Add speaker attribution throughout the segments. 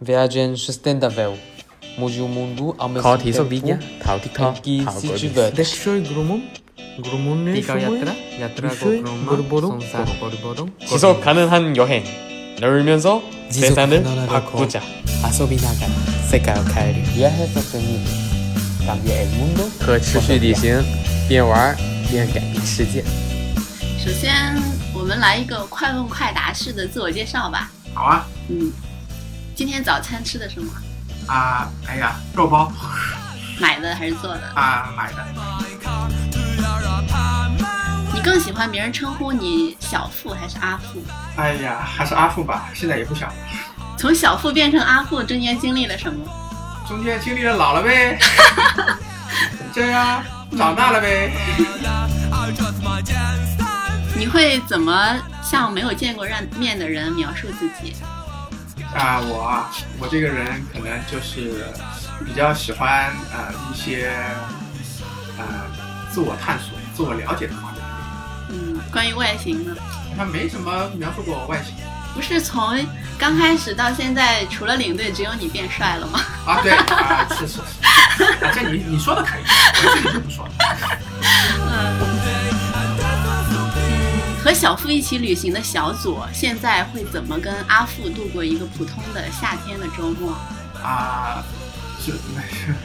Speaker 1: Viagens sustentável. Mude o mundo ao mesmo
Speaker 2: có thí sinh biết nhé
Speaker 1: tempo
Speaker 2: thảo thích thọ
Speaker 1: em que
Speaker 2: thảo
Speaker 1: se
Speaker 2: có biết
Speaker 1: diverte.
Speaker 3: টেকসই গ্রমণ গ্রমণের
Speaker 4: 비가
Speaker 3: সময়ে
Speaker 4: 야트라 야트라
Speaker 3: বিষয়
Speaker 4: 고그로마
Speaker 3: গর্বরং
Speaker 4: 성사 버리버동
Speaker 2: 지속 가능한 여행 넓으면서
Speaker 1: 지속
Speaker 2: 세상을
Speaker 1: 가능하고.
Speaker 2: 바꾸자 아소비나가 색깔 카이리
Speaker 1: Viajes sostenibles. Cambia el mundo.
Speaker 2: 可持续旅行，边玩边改变世界。
Speaker 5: 首先，我们来一个快问快答式的自我介绍吧。
Speaker 6: 好啊
Speaker 5: 嗯，今天早餐吃的什么？
Speaker 6: 啊，哎呀，肉包
Speaker 5: 买的还是做的？
Speaker 6: 啊买的
Speaker 5: 你更喜欢别人称呼你小付还是阿付？
Speaker 6: 哎呀，还是阿富吧，现在也不小，
Speaker 5: 从小付变成阿付中间经历了什么？
Speaker 6: 中间经历了老了呗，这样长大了呗，
Speaker 5: 你会怎么向没有见过人面的人描述自己？
Speaker 6: 啊，我啊，我这个人可能就是比较喜欢呃一些呃自我探索、自我了解的方面，
Speaker 5: 嗯，关于外形呢？
Speaker 6: 他没什么描述过我外形
Speaker 5: 不是从刚开始到现在，除了领队，只有你变帅了吗？
Speaker 6: 啊，对啊，是是是，啊，这你你说的可以，我自己就不说了。
Speaker 5: 和小付一起旅行的小左，现在会怎么跟阿付度过一个普通的夏天的周末？
Speaker 6: 啊，是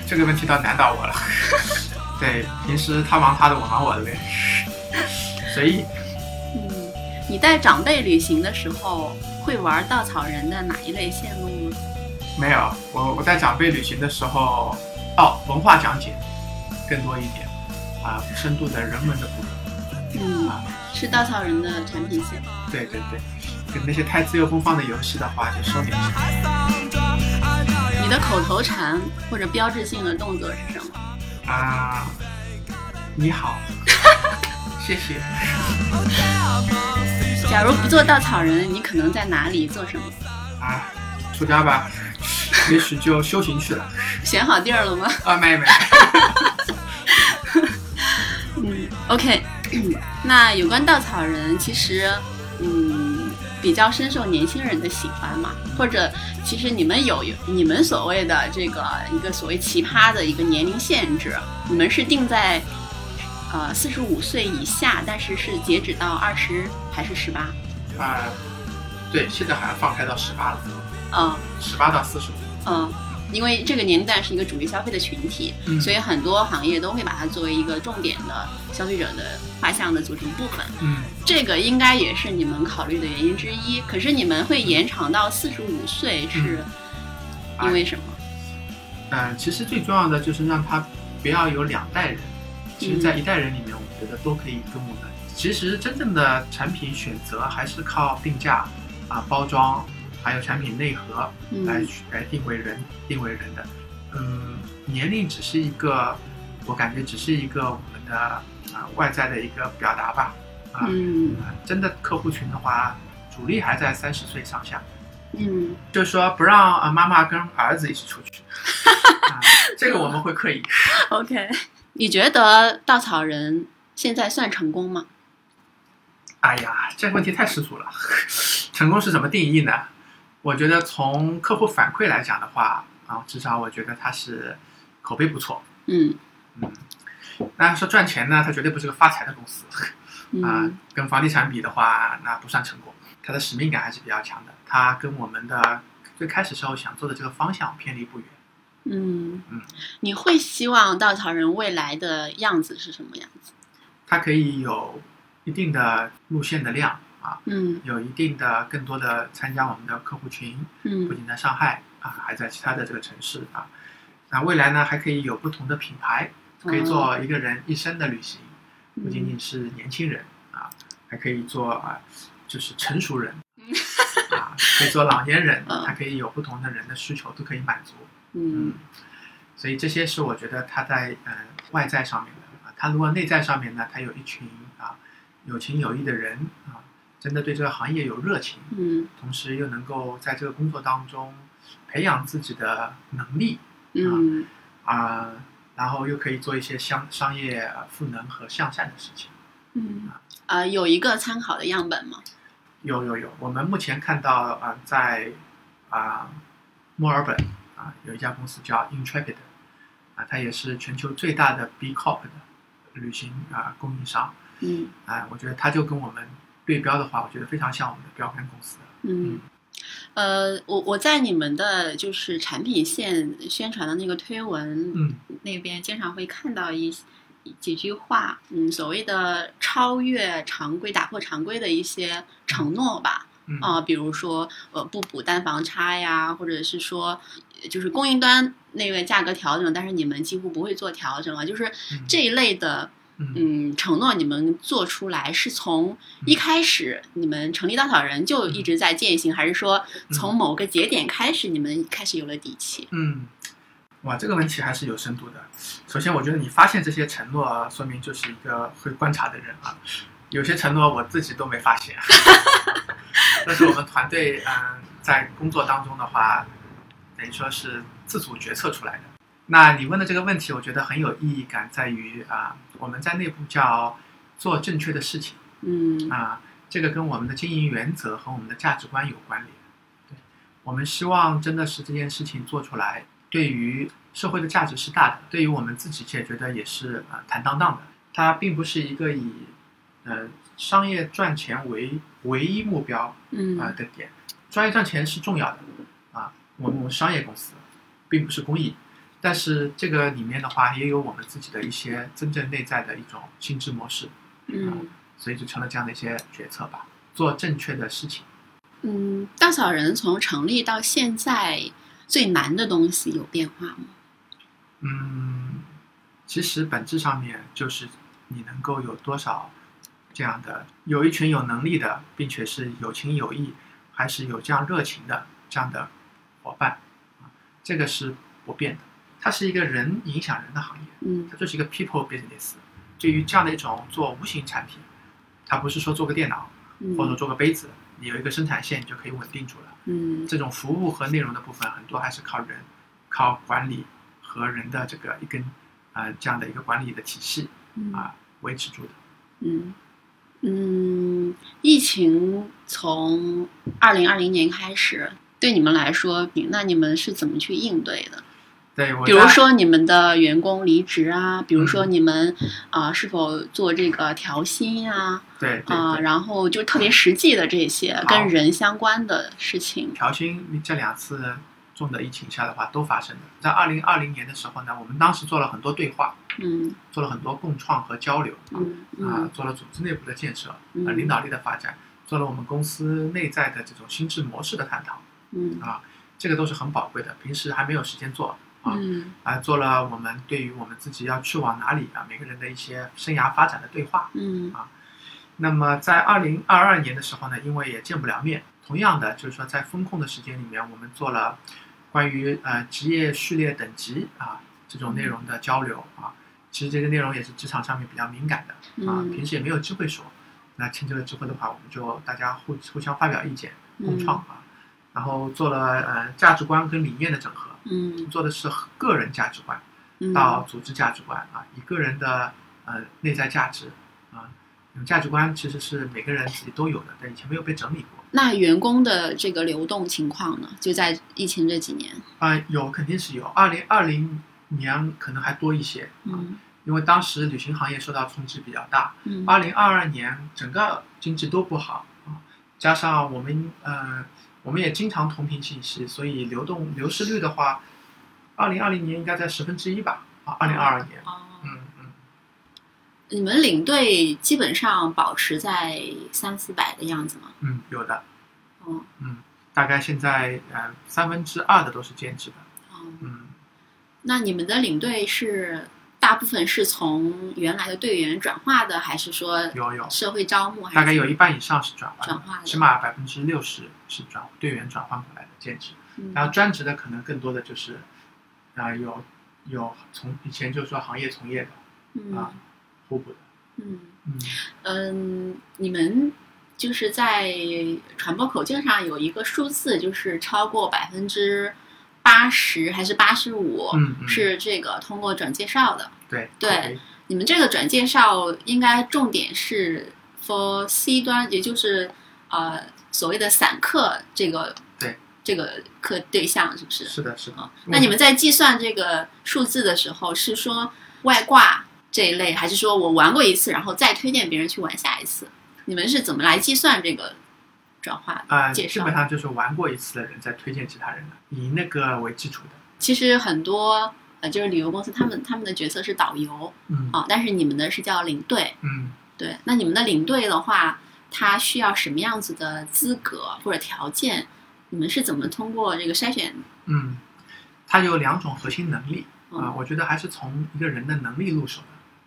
Speaker 6: 这个问题倒难倒我了。 对，平时他忙他的，我忙我的呗，随意。
Speaker 5: 嗯，你带长辈旅行的时候会玩稻草人的哪一类线路吗？
Speaker 6: 没有，我我带长辈旅行的时候，哦，文化讲解更多一点，啊，深度的人文的部分。
Speaker 5: 嗯，是稻草人的产品线。
Speaker 6: 对对对，跟那些太自由奔放的游戏的话，就收敛一下。
Speaker 5: 你的口头禅或者标志性的动作是什么？
Speaker 6: 啊，你好，谢谢。
Speaker 5: 假如不做稻草人，你可能在哪里做什么？
Speaker 6: 啊，出家吧，也许就修行去了。
Speaker 5: 选好地儿了吗？
Speaker 6: 啊，没没。
Speaker 5: 嗯，OK，那有关稻草人，其实嗯比较深受年轻人的喜欢嘛，或者其实你们有有你们所谓的这个一个所谓奇葩的一个年龄限制，你们是定在呃四十五岁以下，但是是截止到二十还是十八？
Speaker 6: 啊，对，现在好像放开到十八了。
Speaker 5: 嗯
Speaker 6: 十八到四十五。
Speaker 5: 嗯。因为这个年龄段是一个主力消费的群体，
Speaker 6: 嗯
Speaker 5: 所以很多行业都会把它作为一个重点的消费者的画像的组成部分。
Speaker 6: 嗯，
Speaker 5: 这个应该也是你们考虑的原因之一。可是你们会延长到四十五岁，是因为什么？
Speaker 6: 嗯，其实最重要的就是让他不要有两代人。其实，在一代人里面，我觉得都可以跟我们。其实，真正的产品选择还是靠定价、啊包装，还有产品内核来
Speaker 5: 嗯
Speaker 6: 去来定位人定位人的。嗯，年龄只是一个，我感觉只是一个我们的啊外在的一个表达吧。啊，
Speaker 5: 嗯
Speaker 6: 啊真的客户群的话，主力还在三十岁上下。
Speaker 5: 嗯，
Speaker 6: 就是说不让啊妈妈跟儿子一起出去，啊、这个我们会刻意。
Speaker 5: OK，你觉得稻草人现在算成功吗？
Speaker 6: 哎呀，这个问题太世俗了，成功是怎么定义呢？我觉得从客户反馈来讲的话，啊，至少我觉得他是口碑不错。
Speaker 5: 嗯
Speaker 6: 那说赚钱呢，它绝对不是个发财的公司啊
Speaker 5: 嗯，
Speaker 6: 跟房地产比的话，那不算成功。它的使命感还是比较强的，它跟我们的最开始时候想做的这个方向偏离不远。
Speaker 5: 嗯
Speaker 6: 嗯，
Speaker 5: 你会希望稻草人未来的样子是什么样子？
Speaker 6: 它可以有一定的路线的量啊，
Speaker 5: 嗯
Speaker 6: 有一定的更多的参加我们的客户群，不
Speaker 5: 嗯
Speaker 6: 仅在上海啊，还在其他的这个城市啊。那未来呢，还可以有不同的品牌，可以做一个人一生的旅行，
Speaker 5: 嗯
Speaker 6: 不仅仅是年轻人啊，还可以做啊，就是成熟人
Speaker 5: 嗯
Speaker 6: 啊，可以做老年人，
Speaker 5: 嗯
Speaker 6: 还可以有不同的人的需求都可以满足。
Speaker 5: 嗯
Speaker 6: 嗯，所以这些是我觉得他在呃外在上面的啊，他如果内在上面呢，他有一群啊有情有义的人啊，真的对这个行业有热情，
Speaker 5: 嗯
Speaker 6: 同时又能够在这个工作当中培养自己的能力
Speaker 5: 嗯
Speaker 6: 啊，然后又可以做一些商商业呃赋能和向善的事情。
Speaker 5: 嗯，啊，有一个参考的样本吗？
Speaker 6: 有有有，我们目前看到啊、呃在啊、墨尔本啊有一家公司叫 Intrepid，啊，它也是全球最大的 B Corp 的旅行啊供应商，
Speaker 5: 嗯
Speaker 6: 啊，我觉得它就跟我们对标的话，我觉得非常像我们的标杆公司的。
Speaker 5: 嗯，呃，我我在你们的就是产品线宣传的那个推文
Speaker 6: 嗯，
Speaker 5: 那边经常会看到一几句话，嗯，所谓的超越常规、打破常规的一些承诺吧，
Speaker 6: 嗯
Speaker 5: 啊、比如说呃不补单房差呀，或者是说呃就是供应端那个价格调整，但是你们几乎不会做调整啊，就是
Speaker 6: 嗯
Speaker 5: 这一类的。
Speaker 6: 嗯
Speaker 5: 嗯，承诺你们做出来是从一开始你们成立稻草人就
Speaker 6: 嗯
Speaker 5: 一直在践行，还是说从某个节点开始你们开始有了底气？
Speaker 6: 嗯，哇，这个问题还是有深度的。首先，我觉得你发现这些承诺啊，说明就是一个会观察的人啊。有些承诺我自己都没发现，但是我们团队嗯、在工作当中的话，等于说是自主决策出来的。那你问的这个问题，我觉得很有意义感，在于啊、我们在内部叫做正确的事情。
Speaker 5: 嗯
Speaker 6: 啊，这个跟我们的经营原则和我们的价值观有关联。对，我们希望真的是这件事情做出来，对于社会的价值是大的，对于我们自己解决的也是啊坦荡荡的。它并不是一个以呃商业赚钱为唯一目标
Speaker 5: 嗯
Speaker 6: 啊的点。专业赚钱是重要的啊，我们我们商业公司，并不是公益。但是这个里面的话，也有我们自己的一些真正内在的一种心智模式。啊
Speaker 5: 嗯
Speaker 6: 所以就成了这样的一些决策吧，做正确的事情。
Speaker 5: 嗯，稻草人从成立到现在最难的东西有变化吗？
Speaker 6: 嗯，其实本质上面就是你能够有多少这样的，有一群有能力的，并且是有情有义，还是有这样热情的这样的伙伴，啊这个是不变的。它是一个人影响人的行业，
Speaker 5: 嗯
Speaker 6: 它就是一个 people business。对于这样的一种做无形产品，它不是说做个电脑或者
Speaker 5: 嗯
Speaker 6: 做个杯子，你有一个生产线你就可以稳定住了。
Speaker 5: 嗯
Speaker 6: 这种服务和内容的部分，很多还是靠人、靠管理和人的这个一根啊、呃这样的一个管理的体系
Speaker 5: 嗯
Speaker 6: 啊、维持住的。
Speaker 5: 嗯嗯，疫情从二零二零年开始，对你们来说，那你们是怎么去应对的？
Speaker 6: 对，我
Speaker 5: 比如
Speaker 6: 在
Speaker 5: 说你们的员工离职啊，比如说
Speaker 6: 嗯
Speaker 5: 你们啊、是否做这个调薪呀
Speaker 6: 对对
Speaker 5: 啊、
Speaker 6: 对，
Speaker 5: 然后就特别实际的这些
Speaker 6: 好
Speaker 5: 跟人相关的事情。
Speaker 6: 调薪这两次重的疫情下的话都发生的。在二零二零年的时候呢，我们当时做了很多对话，
Speaker 5: 嗯
Speaker 6: 做了很多共创和交流啊、
Speaker 5: 嗯
Speaker 6: 啊
Speaker 5: 嗯
Speaker 6: 做了组织内部的建设，啊、
Speaker 5: 嗯
Speaker 6: 领导力的发展，做了我们公司内在的这种心智模式的探讨，
Speaker 5: 嗯
Speaker 6: 这个都是很宝贵的，平时还没有时间做啊。
Speaker 5: 嗯
Speaker 6: 啊，做了我们对于我们自己要去往哪里啊，每个人的一些生涯发展的对话。
Speaker 5: 嗯
Speaker 6: 那么在二零二二年的时候呢，因为也见不了面，同样的就是说在风控的时间里面，我们做了关于呃职业序列等级啊这种内容的交流啊，其实这个内容也是职场上面比较敏感的啊，平
Speaker 5: 嗯
Speaker 6: 时也没有机会说。那趁这个机会的话，我们就大家互互相发表意见，
Speaker 5: 嗯
Speaker 6: 共创啊，然后做了呃价值观跟理念的整合，
Speaker 5: 嗯
Speaker 6: 做的是个人价值观。
Speaker 5: 嗯
Speaker 6: 到组织价值观啊，一个人的呃内在价值啊，嗯价值观其实是每个人自己都有的，但以前没有被整理过。
Speaker 5: 那员工的这个流动情况呢？就在疫情这几年，
Speaker 6: 啊、有肯定是有，二零二零年可能还多一些，啊，
Speaker 5: 嗯
Speaker 6: 因为当时旅行行业受到冲击比较大。
Speaker 5: 嗯
Speaker 6: 二零二二年整个经济都不好啊，加上我们呃我们也经常同频信息，所以流动流失率的话，二零二零年应该在十分之一吧，啊，二零二二年，
Speaker 5: 哦
Speaker 6: 嗯嗯。
Speaker 5: 你们领队基本上保持在三四百的样子吗？
Speaker 6: 嗯，有的。
Speaker 5: 哦
Speaker 6: 嗯，大概现在呃三分之二的都是兼职的。
Speaker 5: 哦，
Speaker 6: 嗯，
Speaker 5: 那你们的领队是大部分是从原来的队员转化的，还是说
Speaker 6: 有有，
Speaker 5: 社会招募？还是
Speaker 6: 大概有一半以上是转换
Speaker 5: 转
Speaker 6: 的，
Speaker 5: 化的，
Speaker 6: 起码百分之六十是转队员转换过来的兼职。
Speaker 5: 嗯
Speaker 6: 然后专职的可能更多的就是啊、呃有有从以前就是说行业从业的
Speaker 5: 嗯
Speaker 6: 啊互补的。
Speaker 5: 嗯
Speaker 6: 嗯
Speaker 5: 嗯，你们就是在传播口径上有一个数字，就是超过百分之八十还是八十五，
Speaker 6: 嗯嗯，
Speaker 5: 哦是这个通过转介绍的。
Speaker 6: 对
Speaker 5: 对
Speaker 6: ，OK，
Speaker 5: 你们这个转介绍应该重点是 for C 端，也就是呃所谓的散客这个
Speaker 6: 对
Speaker 5: 这个客对象，是不是？
Speaker 6: 是的，是的。
Speaker 5: 啊、那你们在计算这个数字的时候，是说外挂这一类，还是说我玩过一次，然后再推荐别人去玩下一次？你们是怎么来计算这个转化的？
Speaker 6: 啊、
Speaker 5: 介
Speaker 6: 基
Speaker 5: 绍
Speaker 6: 本上就是玩过一次的人再推荐其他人的，以那个为基础的。
Speaker 5: 其实很多呃，就是旅游公司他们他们的角色是导游
Speaker 6: 嗯
Speaker 5: 啊，但是你们的是叫领队。
Speaker 6: 嗯，
Speaker 5: 对，那你们的领队的话，他需要什么样子的资格或者条件？你们是怎么通过这个筛选？
Speaker 6: 嗯，它有两种核心能力啊、
Speaker 5: 嗯
Speaker 6: 我觉得还是从一个人的能力入手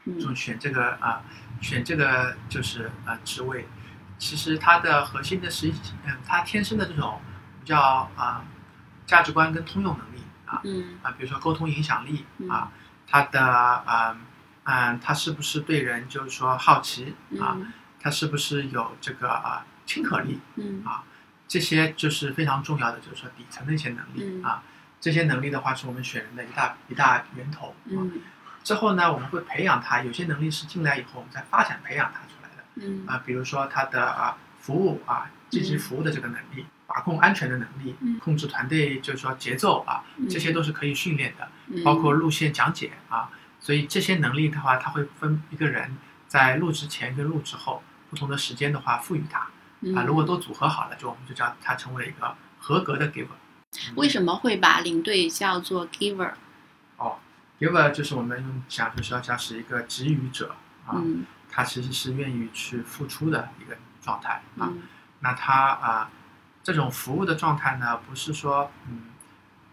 Speaker 6: 的，就
Speaker 5: 嗯
Speaker 6: 选这个啊、选这个就是啊职位，其实它的核心的实际，嗯，它天生的这种叫啊、价值观跟通用能力啊
Speaker 5: 嗯
Speaker 6: 啊，比如说沟通影响力
Speaker 5: 嗯
Speaker 6: 啊，它的啊嗯，它是不是对人就是说好奇啊，
Speaker 5: 嗯
Speaker 6: 它是不是有这个啊亲和力，
Speaker 5: 嗯
Speaker 6: 这些就是非常重要的，就是说底层的一些能力、
Speaker 5: 嗯
Speaker 6: 啊。这些能力的话，是我们选人的一大一大源头、啊。
Speaker 5: 嗯
Speaker 6: 之后呢，我们会培养他，有些能力是进来以后我们再发展培养他出来的
Speaker 5: 嗯
Speaker 6: 啊。比如说他的啊服务啊，积极服务的这个能力，把控安全的能力，
Speaker 5: 嗯
Speaker 6: 控制团队就是说节奏啊，
Speaker 5: 嗯
Speaker 6: 这些都是可以训练的，
Speaker 5: 嗯
Speaker 6: 包括路线讲解啊。所以这些能力的话，他会分一个人在入职前跟入职后不同的时间的话赋予他。
Speaker 5: 嗯
Speaker 6: 啊，如果都组合好了，就我们就叫它成为一个合格的 giver。嗯
Speaker 5: 为什么会把领队叫做 giver？
Speaker 6: 哦，giver 就是我们用讲就是要讲是一个给予者啊，
Speaker 5: 嗯
Speaker 6: 他其实是愿意去付出的一个状态啊。
Speaker 5: 嗯
Speaker 6: 那他啊、这种服务的状态呢，不是说嗯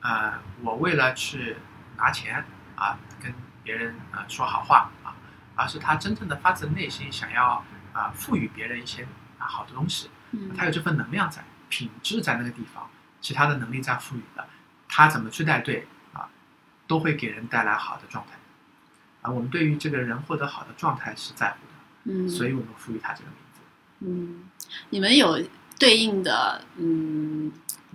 Speaker 6: 呃我为了去拿钱啊跟别人啊说好话啊，而是他真正的发自内心想要啊赋予别人一些啊好的东西。
Speaker 5: 嗯
Speaker 6: 他有这份能量在，品质在那个地方，其他的能力在赋予的，他怎么去带队啊，都会给人带来好的状态。啊，我们对于这个人获得好的状态是在乎的，
Speaker 5: 嗯，
Speaker 6: 所以我们赋予他这个名字。
Speaker 5: 嗯，你们有对应的嗯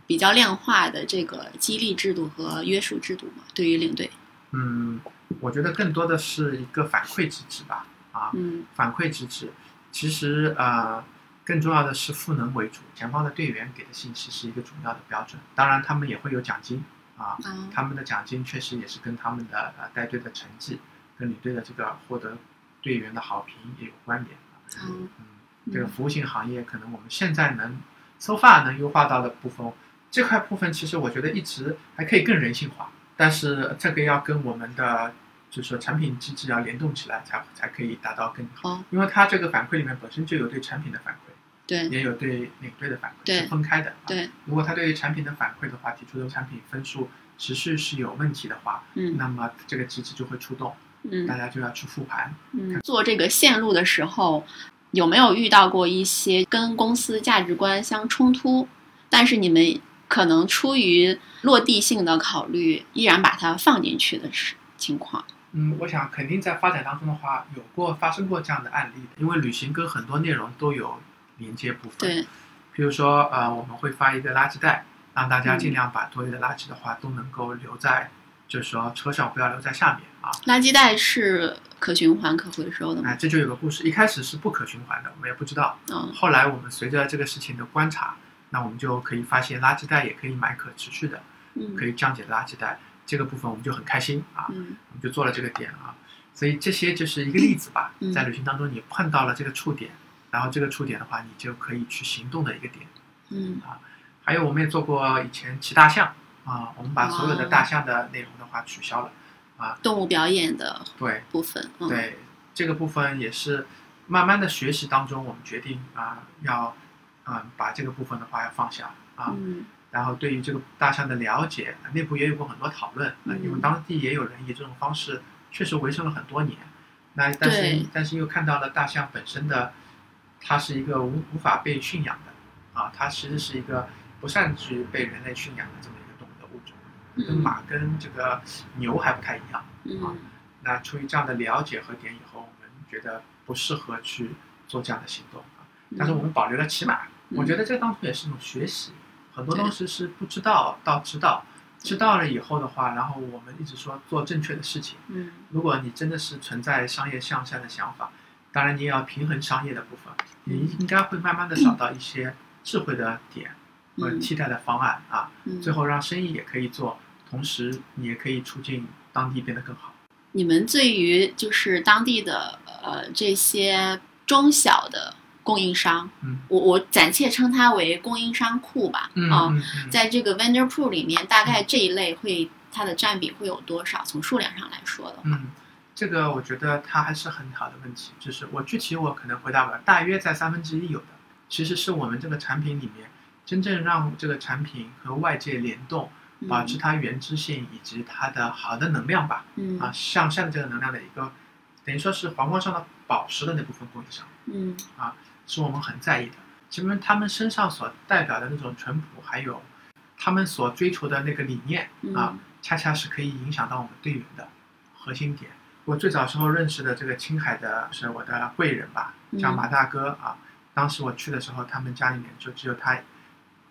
Speaker 5: 比较量化的这个激励制度和约束制度吗？对于领队，
Speaker 6: 嗯，我觉得更多的是一个反馈机制吧。啊，
Speaker 5: 嗯
Speaker 6: 反馈机制其实呃，更重要的是赋能为主，前方的队员给的信息是一个主要的标准。当然，他们也会有奖金啊，
Speaker 5: 啊
Speaker 6: 他们的奖金确实也是跟他们的呃带队的成绩，跟领队的这个获得队员的好评也有关联。
Speaker 5: 嗯
Speaker 6: 嗯，这个服务性行业可能我们现在能 so far 能优化到的部分，这块部分其实我觉得一直还可以更人性化，但是这个要跟我们的就是说产品机制要联动起来才才可以达到更好，
Speaker 5: 哦
Speaker 6: 因为它这个反馈里面本身就有对产品的反馈，
Speaker 5: 对
Speaker 6: 也有对领队的反馈，
Speaker 5: 对
Speaker 6: 是分开的。啊
Speaker 5: 对
Speaker 6: 如果他对于产品的反馈的话，提出的产品分数持续是有问题的话，
Speaker 5: 嗯
Speaker 6: 那么这个机制就会出动，
Speaker 5: 嗯
Speaker 6: 大家就要去复盘。
Speaker 5: 嗯，做这个线路的时候有没有遇到过一些跟公司价值观相冲突，但是你们可能出于落地性的考虑，依然把它放进去的事情况？
Speaker 6: 嗯，我想肯定在发展当中的话，有过发生过这样的案例，因为旅行跟很多内容都有连接部分。
Speaker 5: 对，
Speaker 6: 譬如说，呃，我们会发一个垃圾袋，让大家
Speaker 5: 嗯
Speaker 6: 尽量把多余的垃圾的话都能够留在，就是说车上不要留在下面啊。
Speaker 5: 垃圾袋是可循环、可回收的
Speaker 6: 哎、
Speaker 5: 吗？
Speaker 6: 这就有个故事，一开始是不可循环的，我们也不知道。
Speaker 5: 嗯
Speaker 6: 后来我们随着这个事情的观察，那我们就可以发现垃圾袋也可以买可持续的，
Speaker 5: 嗯
Speaker 6: 可以降解的垃圾袋，这个部分我们就很开心啊，
Speaker 5: 嗯
Speaker 6: 我们就做了这个点啊。所以这些就是一个例子吧
Speaker 5: 嗯，
Speaker 6: 在旅行当中你碰到了这个触点，然后这个触点的话，你就可以去行动的一个点。
Speaker 5: 嗯
Speaker 6: 啊还有我们也做过以前骑大象啊，我们把所有的大象的内容的话取消了，
Speaker 5: 动物表演的
Speaker 6: 对
Speaker 5: 部分。嗯、，
Speaker 6: 对，啊这个部分也是慢慢的学习当中，我们决定啊要嗯把这个部分的话要放下啊。
Speaker 5: 嗯
Speaker 6: 然后对于这个大象的了解，内部也有过很多讨论，
Speaker 5: 嗯
Speaker 6: 因为当地也有人以这种方式确实维生了很多年。那但
Speaker 5: 对
Speaker 6: 是但是又看到了大象本身的，它是一个无无法被驯养的，啊，它其实是一个不善于被人类驯养的这么一个动物的物种，跟
Speaker 5: 嗯
Speaker 6: 马啊跟这个牛还不太一样。
Speaker 5: 嗯
Speaker 6: 那出于这样的了解和点以后，我们觉得不适合去做这样的行动啊。但是我
Speaker 5: 嗯
Speaker 6: 们保留了骑马，我觉得这当中也是一种学习，很多东西是不知道到知道，知道了以后的话，然后我们一直说做正确的事情。
Speaker 5: 嗯
Speaker 6: 如果你真的是存在商业向善的想法，当然你也要平衡商业的部分，你应该会慢慢的找到一些智慧的点，或者
Speaker 5: 嗯
Speaker 6: 替代的方案啊，
Speaker 5: 嗯
Speaker 6: 最后让生意也可以做，同时你也可以促进当地变得更好。
Speaker 5: 你们对于就是当地的呃这些中小的供应商，
Speaker 6: 嗯
Speaker 5: 我我暂且称它为供应商库吧，
Speaker 6: 嗯
Speaker 5: 啊、
Speaker 6: 嗯嗯，
Speaker 5: 在这个 vendor pool 里面，大概这一类会它的占比会有多少？从数量上来说的话，
Speaker 6: 嗯，这个我觉得它还是很好的问题，就是我具体我可能回答不了，大约在三分之一有的，其实是我们这个产品里面真正让这个产品和外界联动，
Speaker 5: 嗯
Speaker 6: 保持它原汁性以及它的好的能量吧，
Speaker 5: 嗯
Speaker 6: 啊，向善的这个能量的一个，等于说是皇冠上的宝石的那部分供应商，
Speaker 5: 嗯
Speaker 6: 是我们很在意的。其实他们身上所代表的那种淳朴，还有他们所追求的那个理念
Speaker 5: 嗯
Speaker 6: 啊，恰恰是可以影响到我们队员的核心点。我最早时候认识的这个青海的是我的贵人吧，叫
Speaker 5: 嗯
Speaker 6: 马大哥啊。当时我去的时候，他们家里面就只有他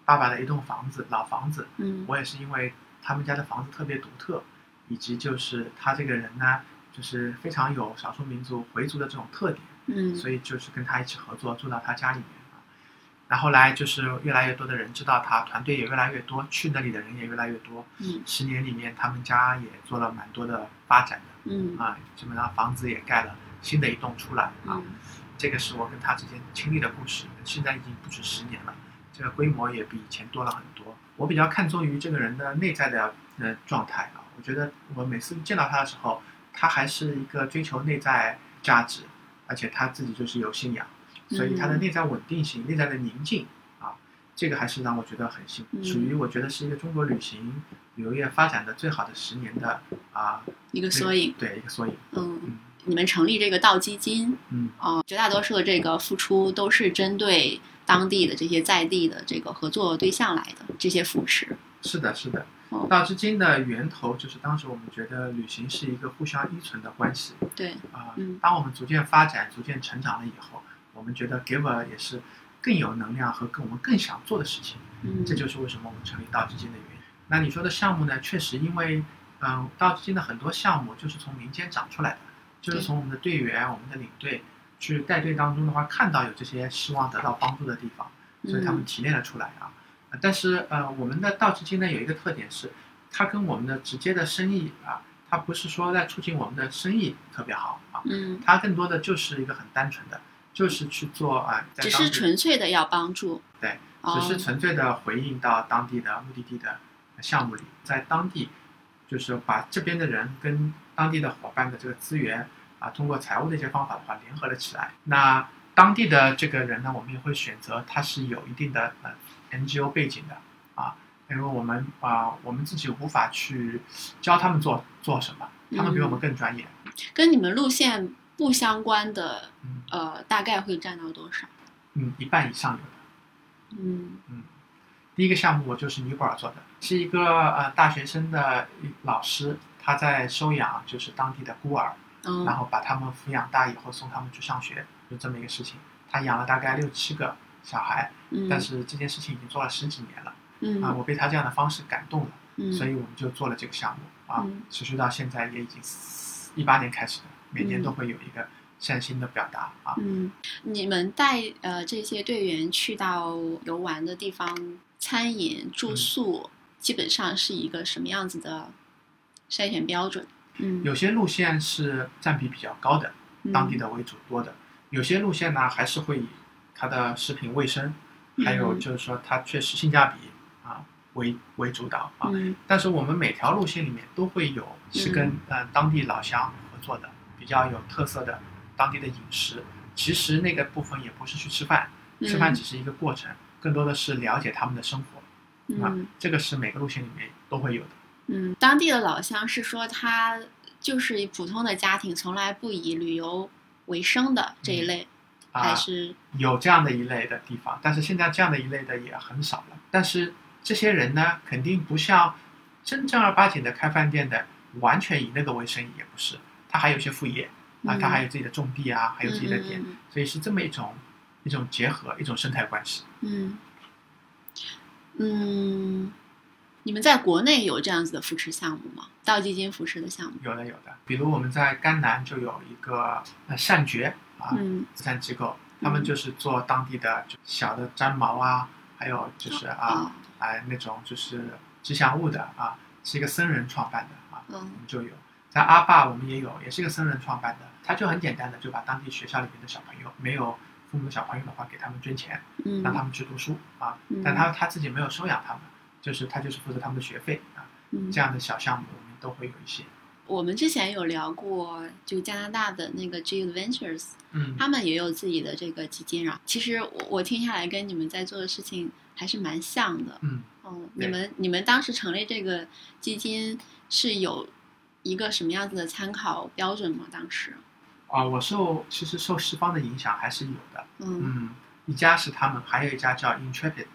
Speaker 6: 爸爸的一栋房子，老房子。
Speaker 5: 嗯
Speaker 6: 我也是因为他们家的房子特别独特，以及就是他这个人呢，就是非常有少数民族回族的这种特点。
Speaker 5: 嗯
Speaker 6: 所以就是跟他一起合作，住到他家里面啊。然后来就是越来越多的人知道他，团队也越来越多，去那里的人也越来越多。
Speaker 5: 嗯
Speaker 6: 十年里面，他们家也做了蛮多的发展的
Speaker 5: 嗯
Speaker 6: 啊，基本上房子也盖了，新的一栋出来啊。
Speaker 5: 嗯
Speaker 6: 这个是我跟他之间经历的故事，现在已经不止十年了，这个规模也比以前多了很多。我比较看重于这个人的内在的呃状态啊，我觉得我每次见到他的时候，他还是一个追求内在价值，而且他自己就是有信仰，所以他的内在稳定性、内在的宁静啊，这个还是让我觉得很幸
Speaker 5: 嗯
Speaker 6: 福，属于我觉得是一个中国旅行旅游业发展的最好的十年的啊
Speaker 5: 一个缩影，
Speaker 6: 对一个缩影，
Speaker 5: 嗯，
Speaker 6: 嗯
Speaker 5: 你们成立这个道基金，
Speaker 6: 嗯。
Speaker 5: 哦，绝大多数的这个付出都是针对当地的这些在地的这个合作对象来的这些扶持。
Speaker 6: 是的，是的
Speaker 5: 哦。
Speaker 6: 道之金的源头就是当时我们觉得旅行是一个互相依存的关系
Speaker 5: 对，
Speaker 6: 啊、
Speaker 5: 嗯
Speaker 6: 当我们逐渐发展、逐渐成长了以后，我们觉得 Giver 也是更有能量和更我们更想做的事情。
Speaker 5: 嗯，
Speaker 6: 这就是为什么我们成立道之金的原因。那你说的项目呢？确实，因为嗯、道之金的很多项目就是从民间长出来的，就是
Speaker 5: 对
Speaker 6: 从我们的队员、我们的领队去带队当中的话，看到有这些希望得到帮助的地方。所以
Speaker 5: 嗯
Speaker 6: 他们提炼了出来啊。呃但是呃，我们的道之金呢有一个特点是，它跟我们的直接的生意啊，它不是说在促进我们的生意特别好啊，
Speaker 5: 嗯，
Speaker 6: 它更多的就是一个很单纯的，就是去做啊，在
Speaker 5: 只
Speaker 6: 当地
Speaker 5: 是纯粹的要帮助。
Speaker 6: 对，
Speaker 5: 哦、
Speaker 6: 只是纯粹的回应到当地的目的地的项目里，在当地就是把这边的人跟当地的伙伴的这个资源啊，通过财务的一些方法的话联合了起来。那当地的这个人呢，我们也会选择他是有一定的呃 NGO 背景的啊，因为我们啊、我们自己无法去教他们做做什么，他们比我们更专业。
Speaker 5: 跟你们路线不相关的，
Speaker 6: 嗯
Speaker 5: 呃，大概会占到多少？
Speaker 6: 嗯，一半以上有的。
Speaker 5: 嗯
Speaker 6: 嗯，第一个项目我就是尼泊尔做的，是一个呃大学生的一老师，他在收养就是当地的孤儿，然
Speaker 5: 嗯
Speaker 6: 后把他们抚养大以后送他们去上学，就这么一个事情。他养了大概六七个小孩，
Speaker 5: 嗯，
Speaker 6: 但是这件事情已经做了十几年了
Speaker 5: 嗯
Speaker 6: 啊、我被他这样的方式感动了，
Speaker 5: 嗯，
Speaker 6: 所以我们就做了这个项目啊
Speaker 5: 嗯，
Speaker 6: 持续到现在也已经一八年开始的，每年都会有一个善心的表达啊。
Speaker 5: 嗯，你们带呃这些队员去到游玩的地方，餐饮住宿、基本上是一个什么样子的筛选标准？嗯，
Speaker 6: 有些路线是占比比较高的，当地
Speaker 5: 的
Speaker 6: 的为主多的。有些路线呢，还是会以它的食品卫生，还有
Speaker 5: 嗯
Speaker 6: 就是说它确实性价比啊为为主导啊。
Speaker 5: 嗯
Speaker 6: 但是我们每条路线里面都会有是跟
Speaker 5: 嗯
Speaker 6: 呃当地老乡合作的，比较有特色的当地的饮食。其实那个部分也不是去吃饭，
Speaker 5: 嗯
Speaker 6: 吃饭只是一个过程，更多的是了解他们的生活。啊
Speaker 5: 嗯，
Speaker 6: 这个是每个路线里面都会有的。
Speaker 5: 嗯，当地的老乡是说他就是普通的家庭，从来不以旅游为生的这一类，
Speaker 6: 啊、
Speaker 5: 还是
Speaker 6: 有这样的一类的地方，但是现在这样的一类的也很少了。但是这些人呢，肯定不像真正儿八经的开饭店的，完全以那个为生意也不是，他还有些副业啊，
Speaker 5: 嗯
Speaker 6: 他还有自己的种地啊，还有自己的点，
Speaker 5: 嗯嗯嗯
Speaker 6: 所以是这么一种一种结合，一种生态关系。
Speaker 5: 嗯嗯，你们在国内有这样子的扶持项目吗？倒基金扶持的项目？
Speaker 6: 有的有的，比如我们在甘南就有一个呃善觉啊，
Speaker 5: 嗯
Speaker 6: 慈善机构，他们就是做当地的就小的毡毛啊、还有就是啊
Speaker 5: 啊，
Speaker 6: 啊那种就是吉祥物的啊，是一个僧人创办的啊，我
Speaker 5: 嗯
Speaker 6: 们就有。在阿坝我们也有，也是一个僧人创办的，他就很简单的就把当地学校里面的小朋友，没有父母的小朋友的话，给他们捐钱，
Speaker 5: 嗯
Speaker 6: 让他们去读书啊。但他他自己没有收养他们，就是他就是负责他们的学费啊。
Speaker 5: 嗯
Speaker 6: 这样的小项目我们都会有一些。
Speaker 5: 我们之前有聊过，就加拿大的那个 G Adventures，
Speaker 6: 嗯
Speaker 5: 他们也有自己的这个基金。然后，其实我我听下来跟你们在做的事情还是蛮像的。
Speaker 6: 嗯，
Speaker 5: 嗯，
Speaker 6: 对
Speaker 5: 你们你们当时成立这个基金是有一个什么样子的参考标准吗？当时，
Speaker 6: 啊、我受其实受西方的影响还是有的。
Speaker 5: 嗯
Speaker 6: 嗯，一家是他们，还有一家叫 Intrepid，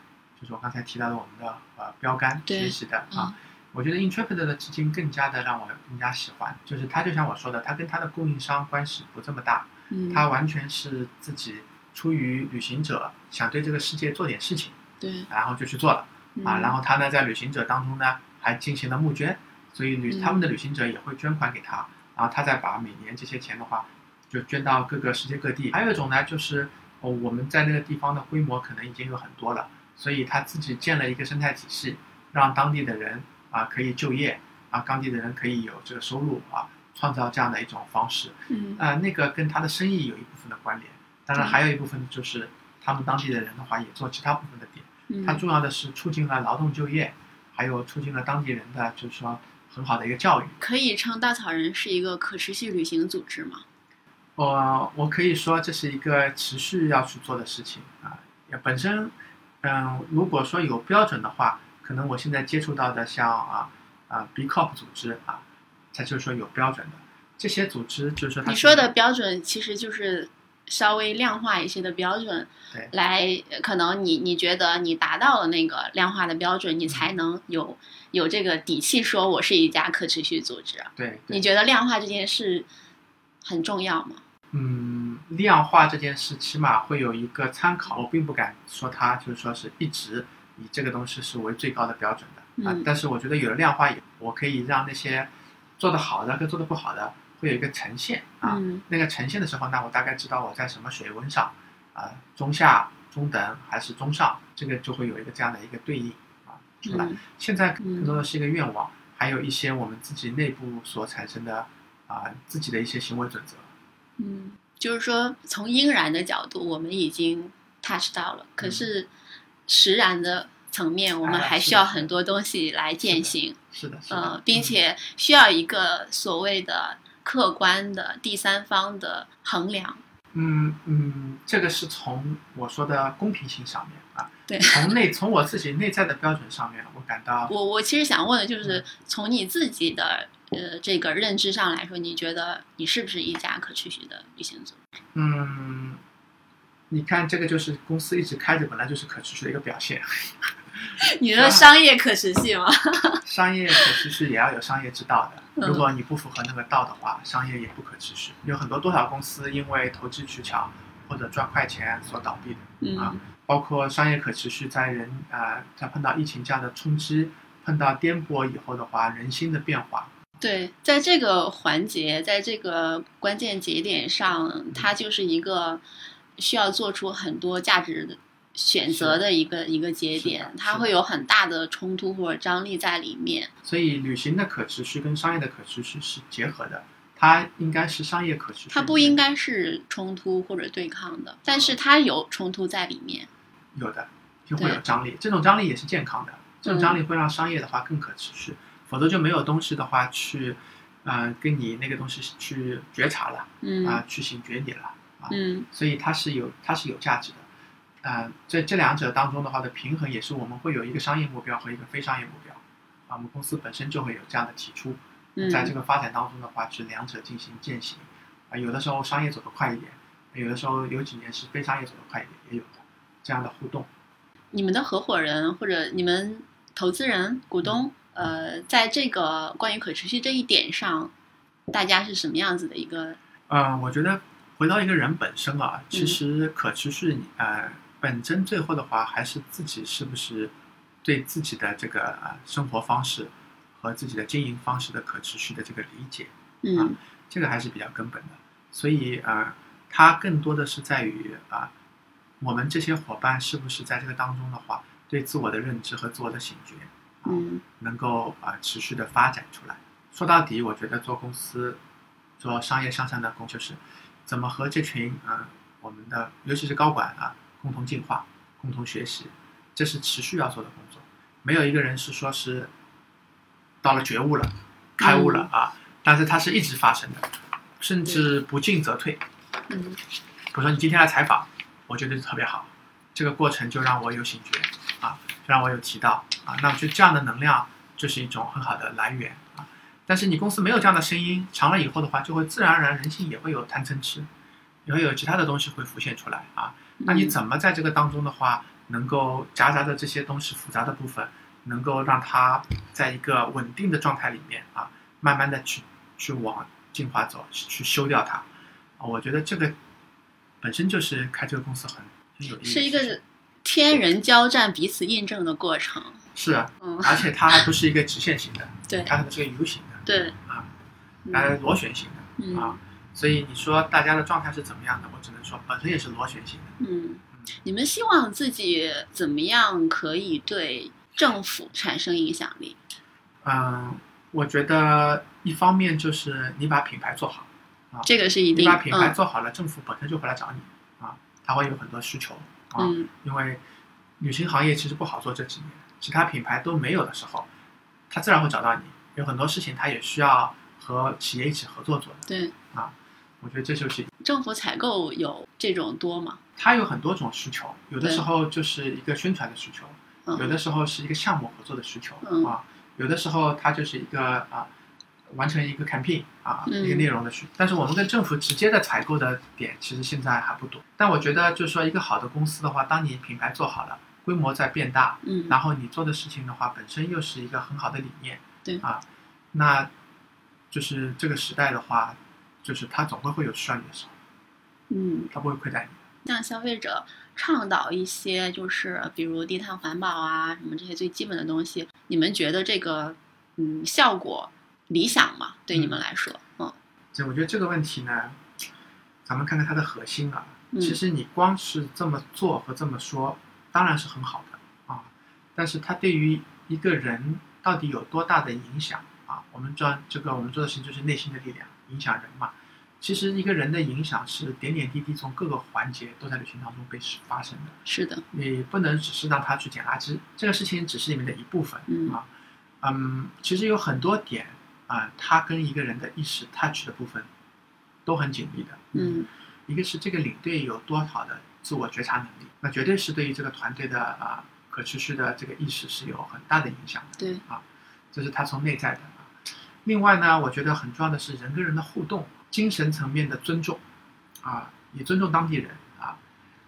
Speaker 6: 就是我刚才提到的我们的呃标杆
Speaker 5: 对嗯
Speaker 6: 学习的啊。我觉得 Intrepid 的基金更加的让我更加喜欢，就是它就像我说的，它跟它的供应商关系不这么大，
Speaker 5: 嗯，
Speaker 6: 它完全是自己出于旅行者想对这个世界做点事情，
Speaker 5: 对
Speaker 6: 然后就去做了啊。
Speaker 5: 嗯
Speaker 6: 然后它呢在旅行者当中呢还进行了募捐，所以旅
Speaker 5: 嗯
Speaker 6: 他们的旅行者也会捐款给他，然后他再把每年这些钱的话就捐到各个世界各地。还有一种呢，就是哦我们在那个地方的规模可能已经有很多了，所以他自己建了一个生态体系，让当地的人啊可以就业啊，当地的人可以有这个收入啊，创造这样的一种方式。
Speaker 5: 嗯
Speaker 6: 啊、那个跟他的生意有一部分的关联，当然
Speaker 5: 嗯
Speaker 6: 还有一部分就是他们当地的人的话也做其他部分的点。
Speaker 5: 嗯
Speaker 6: 它重要的是促进了劳动就业，还有促进了当地人的就是说很好的一个教育。
Speaker 5: 可以称稻草人是一个可持续旅行组织吗？
Speaker 6: 我、我可以说这是一个持续要去做的事情啊。也本身，嗯，如果说有标准的话，可能我现在接触到的像啊啊 B Corp 组织啊，它就是说有标准的这些组织，就是说它
Speaker 5: 你
Speaker 6: 是
Speaker 5: 说的标准其实就是稍微量化一些的标准
Speaker 6: 对，
Speaker 5: 来呃可能你你觉得你达到了那个量化的标准，你
Speaker 6: 嗯
Speaker 5: 才能有有这个底气说我是一家可持续组织。啊
Speaker 6: 对，对
Speaker 5: 你觉得量化这件事很重要吗？
Speaker 6: 嗯，量化这件事起码会有一个参考，我并不敢说它就是说是一直以这个东西是为最高的标准的啊、
Speaker 5: 嗯
Speaker 6: 但是我觉得有了量化以后，我可以让那些做得好的跟做得不好的会有一个呈现啊。
Speaker 5: 嗯
Speaker 6: 那个呈现的时候呢，我大概知道我在什么水温上啊、中下、中等还是中上，这个就会有一个这样的一个对应啊出来。
Speaker 5: 嗯
Speaker 6: 现在
Speaker 5: 嗯
Speaker 6: 更多的是一个愿望，还有一些我们自己内部所产生的啊、自己的一些行为准则。
Speaker 5: 嗯，就是说从应然的角度，我们已经 touch 到了，
Speaker 6: 嗯
Speaker 5: 可是实然的层面，
Speaker 6: 啊
Speaker 5: 我们还需要很多东西来践行，
Speaker 6: 是的，是的
Speaker 5: 呃，并且需要一个所谓的客观的第三方的衡量。
Speaker 6: 嗯嗯，这个是从我说的公平性上面啊，
Speaker 5: 对
Speaker 6: 从内从我自己内在的标准上面，我感到
Speaker 5: 我我其实想问的
Speaker 6: 嗯
Speaker 5: 就是，从你自己的呃这个认知上来说，你觉得你是不是一家可持续的旅行组织？
Speaker 6: 嗯，你看这个就是公司一直开着，本来就是可持续的一个表现，
Speaker 5: 你
Speaker 6: 啊
Speaker 5: 的商业可持续吗？
Speaker 6: 商业可持续也要有商业之道的，
Speaker 5: 嗯
Speaker 6: 如果你不符合那个道的话，商业也不可持续。有很多多少公司因为投机取巧或者赚快钱所倒闭的。啊
Speaker 5: 嗯
Speaker 6: 包括商业可持续在人啊、呃在碰到疫情这样的冲击，碰到颠簸以后的话，人心的变化，
Speaker 5: 对，在这个环节，在这个关键节点上，
Speaker 6: 嗯
Speaker 5: 它就是一个需要做出很多价值选择的一个一个节
Speaker 6: 是的
Speaker 5: 点
Speaker 6: 是，的
Speaker 5: 它会有很大的冲突或者张力在里面。
Speaker 6: 所以旅行的可持续跟商业的可持续是结合的，它应该是商业可持续。
Speaker 5: 它不应该是冲突或者对抗的，但
Speaker 6: 啊
Speaker 5: 是它有冲突在里面。
Speaker 6: 有的，就会有
Speaker 5: 对嗯
Speaker 6: 张力。这种张力也是健康的，这种张力会让商业的话更可持续，否则就没有东西的话去，呃，跟你那个东西去觉察了啊、
Speaker 5: 嗯
Speaker 6: 去醒觉你了，
Speaker 5: 嗯
Speaker 6: 所以它是有它是有价值的。啊、这这两者当中的话的平衡，也是我们会有一个商业目标和一个非商业目标。啊，我们公司本身就会有这样的提出，在这
Speaker 5: 嗯
Speaker 6: 个发展当中的话，是两者进行践行。啊，有的时候商业走得快一点，有的时候有几年是非商业走得快一点，也有的这样的互动。
Speaker 5: 你们的合伙人或者你们投资人、股东，
Speaker 6: 嗯
Speaker 5: 呃，在这个关于可持续这一点上，大家是什么样子的一个？
Speaker 6: 嗯，我觉得回到一个人本身啊，其实可持续，呃，本真最后的话还是自己是不是对自己的这个呃生活方式和自己的经营方式的可持续的这个理解，
Speaker 5: 嗯
Speaker 6: 这个还是比较根本的。所以呃，它更多的是在于啊、我们这些伙伴是不是在这个当中的话，对自我的认知和自我的醒觉，
Speaker 5: 嗯
Speaker 6: 能够啊、呃持续的发展出来。说到底，我觉得做公司、做商业向上的工作就是怎么和这群啊、呃我们的尤其是高管啊共同进化、共同学习，这是持续要做的工作。没有一个人是说是到了觉悟了、开悟了啊，但是它是一直发生的，甚至不进则退。
Speaker 5: 嗯
Speaker 6: 比如说你今天来采访，我觉得特别好，这个过程就让我有醒觉啊，就让我有提到啊，那我觉得这样的能量就是一种很好的来源啊。但是你公司没有这样的声音，长了以后的话，就会自然而然人性也会有贪嗔痴，也会有其他的东西会浮现出来啊。
Speaker 5: 嗯
Speaker 6: 那你怎么在这个当中的话，能够夹杂着这些东西复杂的部分，能够让它在一个稳定的状态里面啊，慢慢的去去往进化走，去去修掉它。啊我觉得这个本身就是开这个公司很很有意义的事
Speaker 5: 是
Speaker 6: 情，
Speaker 5: 一个天人交战、彼此印证的过程。
Speaker 6: 是啊，
Speaker 5: 嗯，
Speaker 6: 而且它还不是一个直线型的，
Speaker 5: 对
Speaker 6: 它可能是个 U 型的，
Speaker 5: 对，
Speaker 6: 啊，还
Speaker 5: 嗯
Speaker 6: 有螺旋型的
Speaker 5: 嗯
Speaker 6: 啊，所以你说大家的状态是怎么样的？我只能说本身也是螺旋型的，
Speaker 5: 嗯，你们希望自己怎么样可以对政府产生影响力？
Speaker 6: 嗯，我觉得一方面就是你把品牌做好，
Speaker 5: 这个是一
Speaker 6: 你
Speaker 5: 定，
Speaker 6: 把品牌
Speaker 5: 嗯
Speaker 6: 做好了，政府本身就会来找你啊，他会有很多需求啊，
Speaker 5: 嗯
Speaker 6: 因为旅行行业其实不好做这几年，其他品牌都没有的时候，他自然会找到你。有很多事情他也需要和企业一起合作做的，
Speaker 5: 对，
Speaker 6: 啊我觉得这就是
Speaker 5: 政府采购有这种多吗？
Speaker 6: 它有很多种需求，有的
Speaker 5: 对
Speaker 6: 时候就是一个宣传的需求，
Speaker 5: 嗯，
Speaker 6: 有的时候是一个项目合作的需求、
Speaker 5: 嗯
Speaker 6: 啊，有的时候它就是一个啊完成一个 campaign 啊、
Speaker 5: 嗯
Speaker 6: 一个内容的需但是我们跟政府直接的采购的点其实现在还不多。但我觉得就是说一个好的公司的话，当你品牌做好了，规模在变大，
Speaker 5: 嗯，
Speaker 6: 然后你做的事情的话，本身又是一个很好的理念，
Speaker 5: 对
Speaker 6: 啊，那就是这个时代的话，就是它总会会有需要你的时候，
Speaker 5: 嗯，
Speaker 6: 它不会亏待你。
Speaker 5: 向消费者倡导一些，就是比如低碳环保啊，什么这些最基本的东西，你们觉得这个嗯效果理想吗？对你们来说，嗯
Speaker 6: 这我觉得这个问题呢，咱们看看它的核心啊。
Speaker 5: 嗯
Speaker 6: 其实你光是这么做和这么说，当然是很好的啊，但是它对于一个人到底有多大的影响啊？我们做这个我们做的事情就是内心的力量，影响人嘛。其实一个人的影响是点点滴滴从各个环节都在旅行当中被发生的。
Speaker 5: 是的，
Speaker 6: 你不能只是让他去捡垃圾，这个事情只是里面的一部分、
Speaker 5: 嗯
Speaker 6: 啊。嗯，其实有很多点啊，它跟一个人的意识 touch 的部分都很紧密的。，
Speaker 5: 嗯
Speaker 6: 一个是这个领队有多好的自我觉察能力，那绝对是对于这个团队的啊可持续的这个意识是有很大的影响的。
Speaker 5: 对
Speaker 6: 啊，这是他从内在的。啊另外呢，我觉得很重要的是人跟人的互动，精神层面的尊重啊，你尊重当地人啊。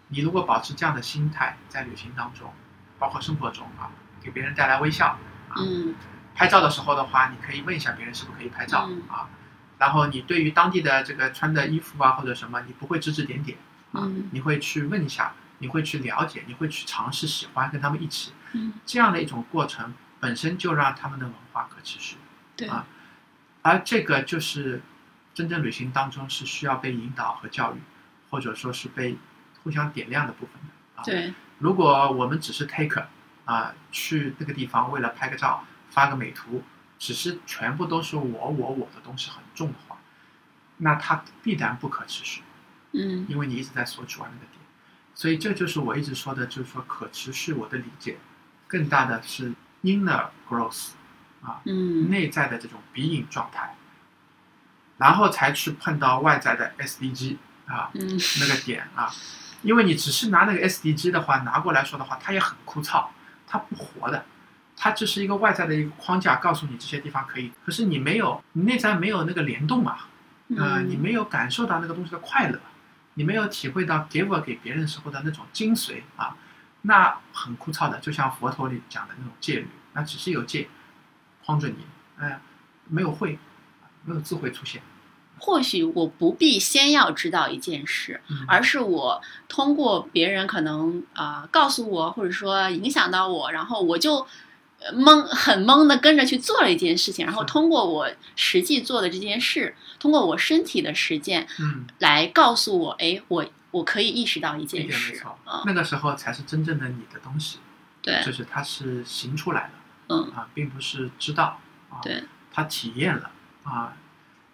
Speaker 6: 你如果保持这样的心态，在旅行当中，包括生活中啊，给别人带来微笑，
Speaker 5: 嗯
Speaker 6: 拍照的时候的话，你可以问一下别人是不是可以拍照、
Speaker 5: 嗯
Speaker 6: 啊。然后你对于当地的这个穿的衣服啊或者什么，你不会指指点点啊，
Speaker 5: 嗯
Speaker 6: 你会去问一下，你会去了解，你会去尝试喜欢跟他们一起，
Speaker 5: 嗯，
Speaker 6: 这样的一种过程本身就让他们的文化可持续，
Speaker 5: 对，
Speaker 6: 啊而这个就是真正旅行当中是需要被引导和教育，或者说是被互相点亮的部分的啊。
Speaker 5: 对，
Speaker 6: 如果我们只是 take 啊、去那个地方为了拍个照、发个美图，只是全部都是我我我的东西很重的话，那它必然不可持续，
Speaker 5: 嗯
Speaker 6: 因为你一直在索取外面的点。所以这就是我一直说的，就是说可持续，我的理解更大的是 inner growth 啊，
Speaker 5: 嗯
Speaker 6: 内在的这种鼻影状态，然后才去碰到外在的 SDG 啊，
Speaker 5: 嗯
Speaker 6: 那个点啊，因为你只是拿那个 SDG 的话拿过来说的话，它也很枯燥，它不活的，它只是一个外在的一个框架，告诉你这些地方可以，可是你没有，你内在没有那个联动啊，
Speaker 5: 嗯
Speaker 6: 呃，你没有感受到那个东西的快乐，你没有体会到 give 给别人时候的那种精髓啊，那很枯燥的，就像佛陀里讲的那种戒律，那只是有戒框着你，哎、没有慧，没有智慧出现，
Speaker 5: 或许我不必先要知道一件事，
Speaker 6: 嗯
Speaker 5: 而是我通过别人可能啊、呃告诉我，或者说影响到我，然后我就呃懵很懵的跟着去做了一件事情，然后
Speaker 6: 是
Speaker 5: 通过我实际做的这件事，通过我身体的实践
Speaker 6: 嗯。
Speaker 5: 来告诉我，哎，我我可以意识到一
Speaker 6: 一
Speaker 5: 件
Speaker 6: 点没
Speaker 5: 事
Speaker 6: 错，
Speaker 5: 啊、
Speaker 6: 那个时候才是真正的你的东西，
Speaker 5: 对，
Speaker 6: 就是它是行出来的
Speaker 5: 嗯
Speaker 6: 啊，并不是知道啊，
Speaker 5: 对，
Speaker 6: 他体验了啊，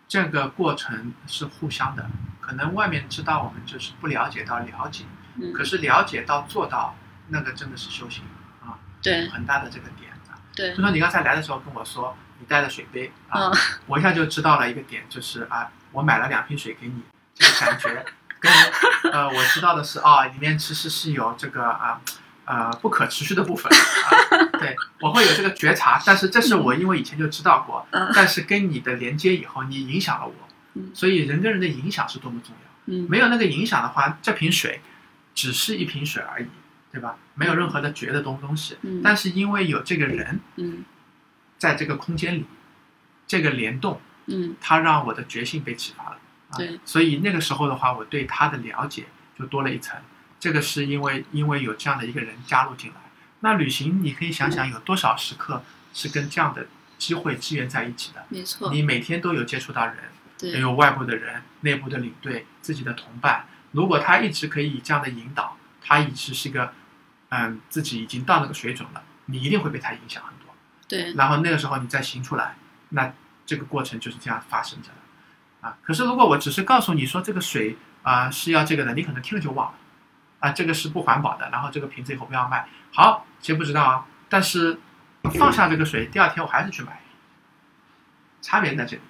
Speaker 6: 这个过程是互相的，可能外面知道我们就是不了解到了解，
Speaker 5: 嗯，
Speaker 6: 可是了解到做到那个真的是修行啊，
Speaker 5: 对
Speaker 6: 很大的这个点啊。
Speaker 5: 对
Speaker 6: 就，说你刚才来的时候跟我说你带了水杯啊
Speaker 5: 嗯，
Speaker 6: 我一下就知道了一个点，就是啊，我买了两瓶水给你，这个感觉跟呃我知道的是啊，里面其实是有这个啊呃不可持续的部分，啊、对我会有这个觉察，但是这是我因为以前就知道过
Speaker 5: 嗯，
Speaker 6: 但是跟你的连接以后，你影响了我
Speaker 5: 嗯，
Speaker 6: 所以人跟人的影响是多么重要。
Speaker 5: 嗯，
Speaker 6: 没有那个影响的话，这瓶水只是一瓶水而已，对吧？没有任何的觉的东东西。
Speaker 5: 嗯
Speaker 6: 但是因为有这个人
Speaker 5: 嗯
Speaker 6: 在这个空间里，这个联动，
Speaker 5: 嗯
Speaker 6: 它让我的觉性被启发了。啊、
Speaker 5: 对，
Speaker 6: 所以那个时候的话，我对他的了解就多了一层。这个是因为因为有这样的一个人加入进来。那旅行，你可以想想有多少时刻是跟这样的机会机缘在一起的？
Speaker 5: 没错，
Speaker 6: 你每天都有接触到人，也
Speaker 5: 对
Speaker 6: 有外部的人、内部的领队、自己的同伴。如果他一直可以以这样的引导，他一直是一个，嗯，自己已经到那个水准了，你一定会被他影响很多。
Speaker 5: 对
Speaker 6: 然后那个时候你再行出来，那这个过程就是这样发生着的，啊。可是如果我只是告诉你说这个水啊、是要这个的，你可能听了就忘了，啊，这个是不环保的，然后这个瓶子以后不要卖。好，谁不知道啊？但是放下这个水，第二天我还是去买，差别在这里。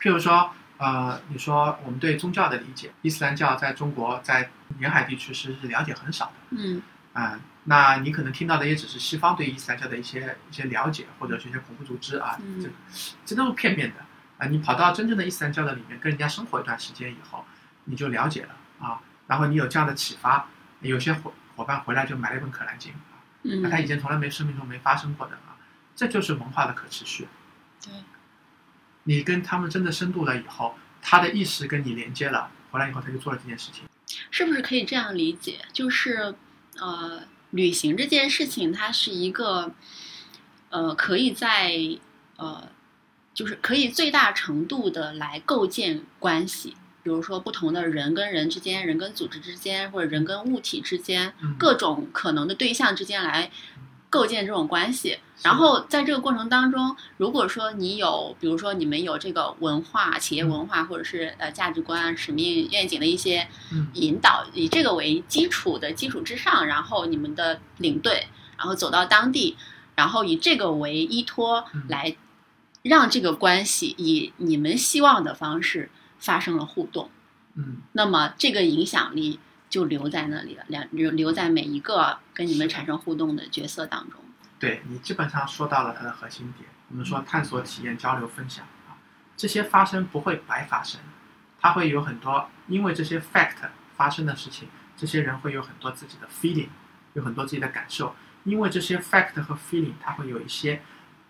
Speaker 6: 譬如说，呃，你说我们对宗教的理解，伊斯兰教在中国在沿海地区是了解很少的。
Speaker 5: 嗯
Speaker 6: 啊、那你可能听到的也只是西方对伊斯兰教的一些一些了解，或者是一些恐怖组织啊，
Speaker 5: 嗯
Speaker 6: 这这都是片面的啊、你跑到真正的伊斯兰教的里面，跟人家生活一段时间以后，你就了解了啊。然后你有这样的启发，有些伙伙伴回来就买了一本《可兰经》啊，那他
Speaker 5: 嗯
Speaker 6: 以前从来没生命中没发生过的啊，这就是文化的可持续。
Speaker 5: 对，
Speaker 6: 你跟他们真的深度了以后，他的意识跟你连接了，回来以后他就做了这件事情。
Speaker 5: 是不是可以这样理解？就是呃，旅行这件事情，它是一个呃，可以在呃，就是可以最大程度的来构建关系。比如说，不同的人跟人之间、人跟组织之间，或者人跟物体之间，
Speaker 6: 嗯
Speaker 5: 各种可能的对象之间来构建这种关系。
Speaker 6: 是
Speaker 5: 然后在这个过程当中，如果说你有，比如说你们有这个文化、企
Speaker 6: 嗯
Speaker 5: 业文化，或者是呃价值观、使命、愿景的一些
Speaker 6: 嗯
Speaker 5: 引导，以这个为基础的基础之上，然后你们的领队，然后走到当地，然后以这个为依托
Speaker 6: 嗯
Speaker 5: 来让这个关系以你们希望的方式发生了互动。
Speaker 6: 嗯，
Speaker 5: 那么这个影响力就留在那里了，两留留在每一个跟你们产生互动的角色当中。
Speaker 6: 对你基本上说到了它的核心点。我们说探索、体验、交流、分享啊，这些发生不会白发生，它会有很多因为这些 fact 发生的事情，这些人会有很多自己的 feeling，有很多自己的感受。因为这些 fact 和 feeling，它会有一些，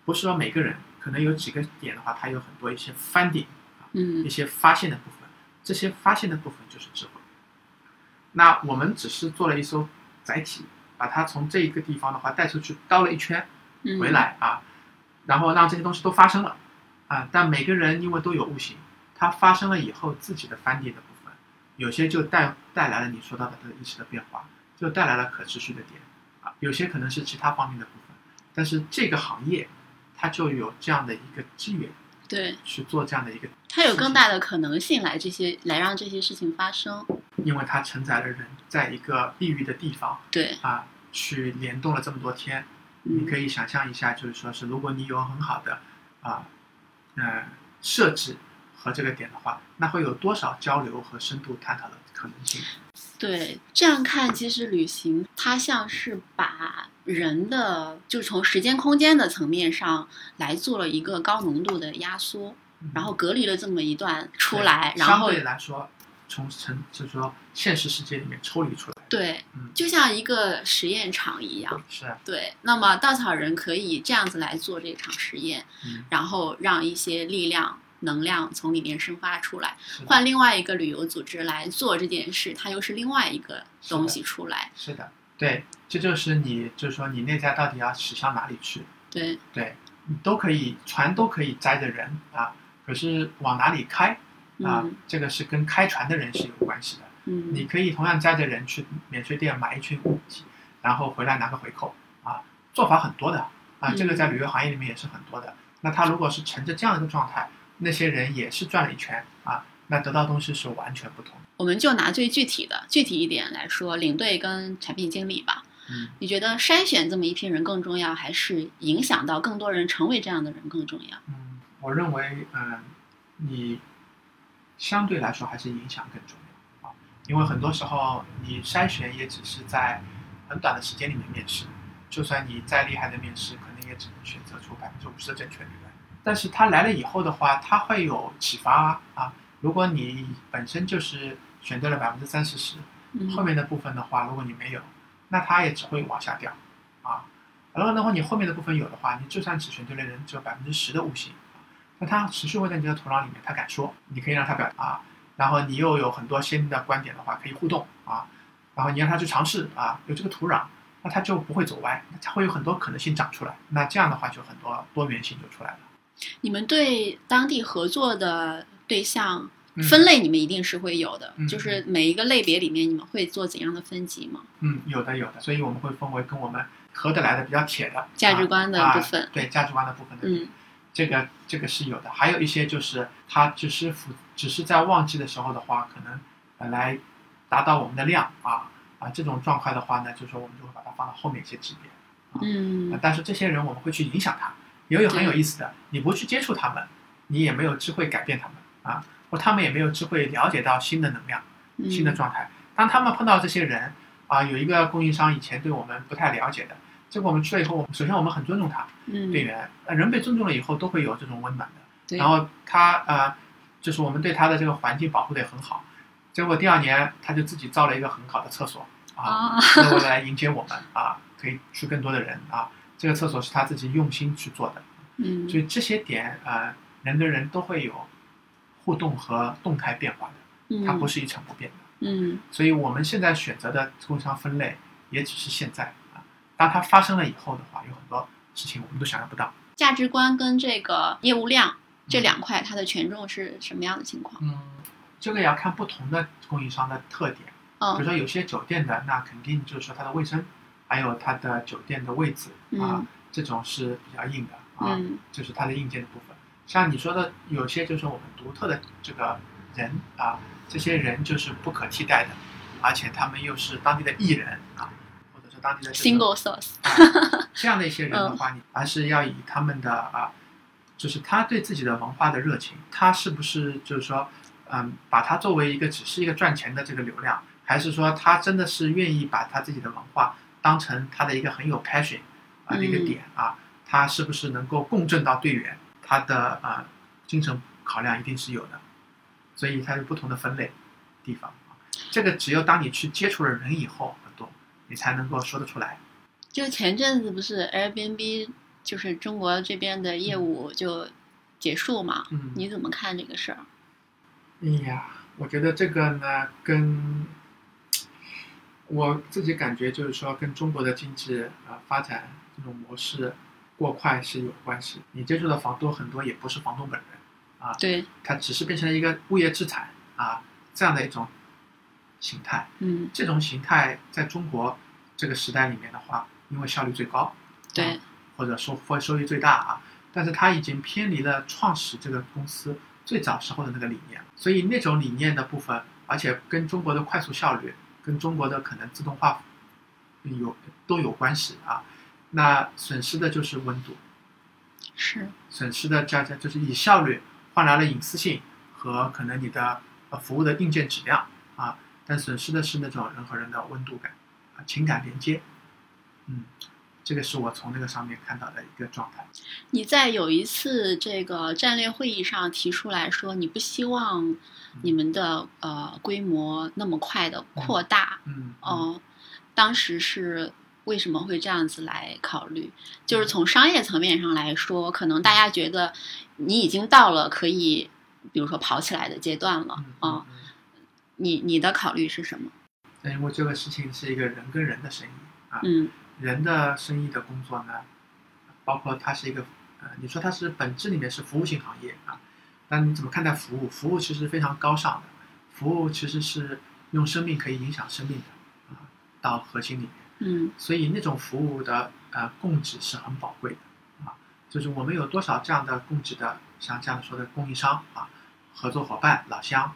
Speaker 6: 不是说每个人，可能有几个点的话，它有很多一些 finding，一
Speaker 5: 嗯
Speaker 6: 些发现的部分，这些发现的部分就是智慧。那我们只是做了一艘载体，把它从这一个地方的话带出去，兜了一圈，
Speaker 5: 嗯，
Speaker 6: 回来啊，然后让这些东西都发生了啊。但每个人因为都有悟性，它发生了以后自己的翻地的部分，有些就带带来了你说到的这个意识的变化，就带来了可持续的点啊。有些可能是其他方面的部分，但是这个行业它就有这样的一个机缘
Speaker 5: 嗯对，
Speaker 6: 去做这样的一个，
Speaker 5: 它有更大的可能性来这些来让这些事情发生。
Speaker 6: 因为它承载了人在一个地域的地方
Speaker 5: 对，
Speaker 6: 啊，去联动了这么多天，
Speaker 5: 嗯
Speaker 6: 你可以想象一下，就是说是如果你有很好的啊，呃设置和这个点的话，那会有多少交流和深度探讨的可能性？
Speaker 5: 对，这样看，其实旅行它像是把人的，就是从时间空间的层面上来做了一个高浓度的压缩，
Speaker 6: 嗯
Speaker 5: 然后隔离了这么一段出
Speaker 6: 对
Speaker 5: 来，然
Speaker 6: 相
Speaker 5: 后
Speaker 6: 对来说，从从就是说现实世界里面抽离出来，
Speaker 5: 对
Speaker 6: 嗯，
Speaker 5: 就像一个实验场一样。
Speaker 6: 是啊，
Speaker 5: 对，那么稻草人可以这样子来做这场实验，
Speaker 6: 嗯，
Speaker 5: 然后让一些力量、能量从里面生发出来，
Speaker 6: 是的，
Speaker 5: 换另外一个旅游组织来做这件事，它又是另外一个东西出来。
Speaker 6: 是的，对，这就是你就是说你内在到底要驶向哪里去？
Speaker 5: 对，
Speaker 6: 对，你都可以船都可以载着人啊，可是往哪里开啊？
Speaker 5: 嗯
Speaker 6: 这个是跟开船的人是有关系的。
Speaker 5: 嗯，
Speaker 6: 你可以同样载着人去免税店买一群物体，然后回来拿个回扣啊。做法很多的啊，
Speaker 5: 嗯
Speaker 6: 这个在旅游行业里面也是很多的。那他如果是乘着这样一个状态，那些人也是转了一圈啊，那得到的东西是完全不同的。
Speaker 5: 我们就拿最具体的、具体一点来说，领队跟产品经理吧。
Speaker 6: 嗯，
Speaker 5: 你觉得筛选这么一批人更重要，还是影响到更多人成为这样的人更重要？
Speaker 6: 嗯，我认为，嗯，你相对来说还是影响更重要啊，因为很多时候你筛选也只是在很短的时间里面面试，就算你再厉害的面试，可能也只能选择出百分之五十的正确率来。但是他来了以后的话，他会有启发啊。如果你本身就是选对了百分之三四十，
Speaker 5: 嗯
Speaker 6: 后面的部分的话，如果你没有，那它也只会往下掉啊。然后的话，你后面的部分有的话，你就算只选对了人，只有百分之十的悟性，那它持续会在你的头脑里面，它敢说，你可以让它表达，然后你又有很多新的观点的话可以互动啊，然后你让它去尝试啊，有这个土壤，那它就不会走歪，它会有很多可能性长出来。那这样的话，就很多多元性就出来了。
Speaker 5: 你们对当地合作的对象
Speaker 6: 嗯
Speaker 5: 分类，你们一定是会有的，
Speaker 6: 嗯
Speaker 5: 就是每一个类别里面，你们会做怎样的分级吗？
Speaker 6: 嗯，有的有的，所以我们会分为跟我们合得来的、比较铁的
Speaker 5: 价值观的
Speaker 6: 啊
Speaker 5: 部分
Speaker 6: 啊对价值观的部分的
Speaker 5: 嗯
Speaker 6: 这个这个是有的，还有一些就是它只是辅，只是在旺季的时候的话，可能本来达到我们的量啊啊这种状态的话呢，就是说我们就会把它放到后面一些级别。
Speaker 5: 嗯
Speaker 6: 啊，但是这些人我们会去影响他，也有很有意思的，你不去接触他们，你也没有机会改变他们啊，或他们也没有机会了解到新的能量。
Speaker 5: 嗯
Speaker 6: 新的状态。当他们碰到这些人啊，有一个供应商以前对我们不太了解的，结果我们去了以后，我们首先我们很尊重他
Speaker 5: 嗯
Speaker 6: 队员，呃人被尊重了以后都会有这种温暖的。
Speaker 5: 对
Speaker 6: 然后他呃，就是我们对他的这个环境保护的也很好，结果第二年他就自己造了一个很好的厕所啊，
Speaker 5: 啊，
Speaker 6: 为了来迎接我们啊，可以去更多的人啊。这个厕所是他自己用心去做的，
Speaker 5: 嗯
Speaker 6: 所以这些点呃，人跟人都会有互动和动态变化的，它不是一成不变的。
Speaker 5: 嗯
Speaker 6: 所以我们现在选择的供应商分类也只是现在啊。当它发生了以后的话，有很多事情我们都想象不到。
Speaker 5: 价值观跟这个业务量这两块，它的权重是什么样的情况？
Speaker 6: 嗯，这个也要看不同的供应商的特点。比如
Speaker 5: 嗯
Speaker 6: 说有些酒店的，那肯定就是说它的卫生，还有它的酒店的位置啊，
Speaker 5: 嗯
Speaker 6: 这种是比较硬的啊，
Speaker 5: 嗯
Speaker 6: 就是它的硬件的部分。像你说的，有些就是我们独特的这个人啊，这些人就是不可替代的，而且他们又是当地的艺人啊，或者说当地的这个
Speaker 5: ，single source，
Speaker 6: 啊 这样的一些人的话，你还是要以他们的啊，就是他对自己的文化的热情，他是不是就是说，嗯，把它作为一个只是一个赚钱的这个流量，还是说他真的是愿意把他自己的文化当成他的一个很有 passion 啊的一个点啊，他是不是能够共振到队员，他的啊精神考量一定是有的，所以它有不同的分类地方啊，这个只有当你去接触了人以后，很多你才能够说得出来。
Speaker 5: 就前阵子不是 Airbnb 就是中国这边的业务就结束嘛？
Speaker 6: 嗯，
Speaker 5: 你怎么看这个事儿？
Speaker 6: 哎呀，我觉得这个呢，跟我自己感觉就是说，跟中国的经济啊、呃发展这种模式过快是有关系。你接触的房东很多也不是房东本人啊，
Speaker 5: 对，
Speaker 6: 他只是变成了一个物业资产啊这样的一种形态。
Speaker 5: 嗯，
Speaker 6: 这种形态在中国这个时代里面的话，因为效率最高，啊
Speaker 5: 对，
Speaker 6: 或者收获收益最大啊，但是它已经偏离了创始这个公司最早时候的那个理念，所以那种理念的部分，而且跟中国的快速效率，跟中国的可能自动化有都有关系啊。那损失的就是温度，
Speaker 5: 是，
Speaker 6: 损失的价价就是以效率换来了隐私性和可能你的呃服务的硬件质量啊，但损失的是那种人和人的温度感啊，情感连接，嗯，这个是我从那个上面看到的一个状态。
Speaker 5: 你在有一次这个战略会议上提出来说，你不希望你们的呃规模那么快的扩大，
Speaker 6: 嗯，嗯
Speaker 5: 哦，当时是为什么会这样子来考虑？
Speaker 6: 嗯
Speaker 5: 就是从商业层面上来说，可能大家觉得你已经到了可以，比如说跑起来的阶段了啊、
Speaker 6: 嗯
Speaker 5: 哦。
Speaker 6: 嗯
Speaker 5: 你你的考虑是什么？
Speaker 6: 那因为这个事情是一个人跟人的生意啊，
Speaker 5: 嗯
Speaker 6: 人的生意的工作呢，包括它是一个呃，你说它是本质里面是服务性行业啊，但你怎么看待服务？服务其实非常高尚的，服务其实是用生命可以影响生命的啊，到核心里面。
Speaker 5: 嗯
Speaker 6: 所以那种服务的呃供给是很宝贵的啊，就是我们有多少这样的供给的，像这样说的供应商啊、合作伙伴、老乡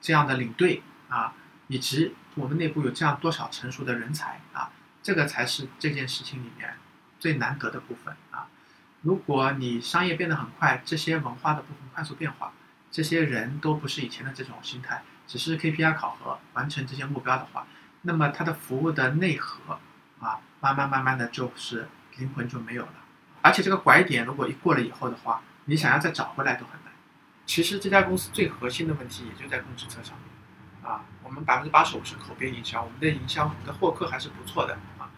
Speaker 6: 这样的领队啊，以及我们内部有这样多少成熟的人才啊，这个才是这件事情里面最难得的部分啊。如果你商业变得很快，这些文化的部分快速变化，这些人都不是以前的这种心态，只是 KPI 考核完成这些目标的话，那么它的服务的内核啊，慢慢慢慢的就是灵魂就没有了。而且这个拐点如果一过了以后的话，你想要再找回来都很难。其实这家公司最核心的问题也就在供给侧上面啊。我们百分之八十五是口碑营销，我们的营销我们的获客还是不错的啊。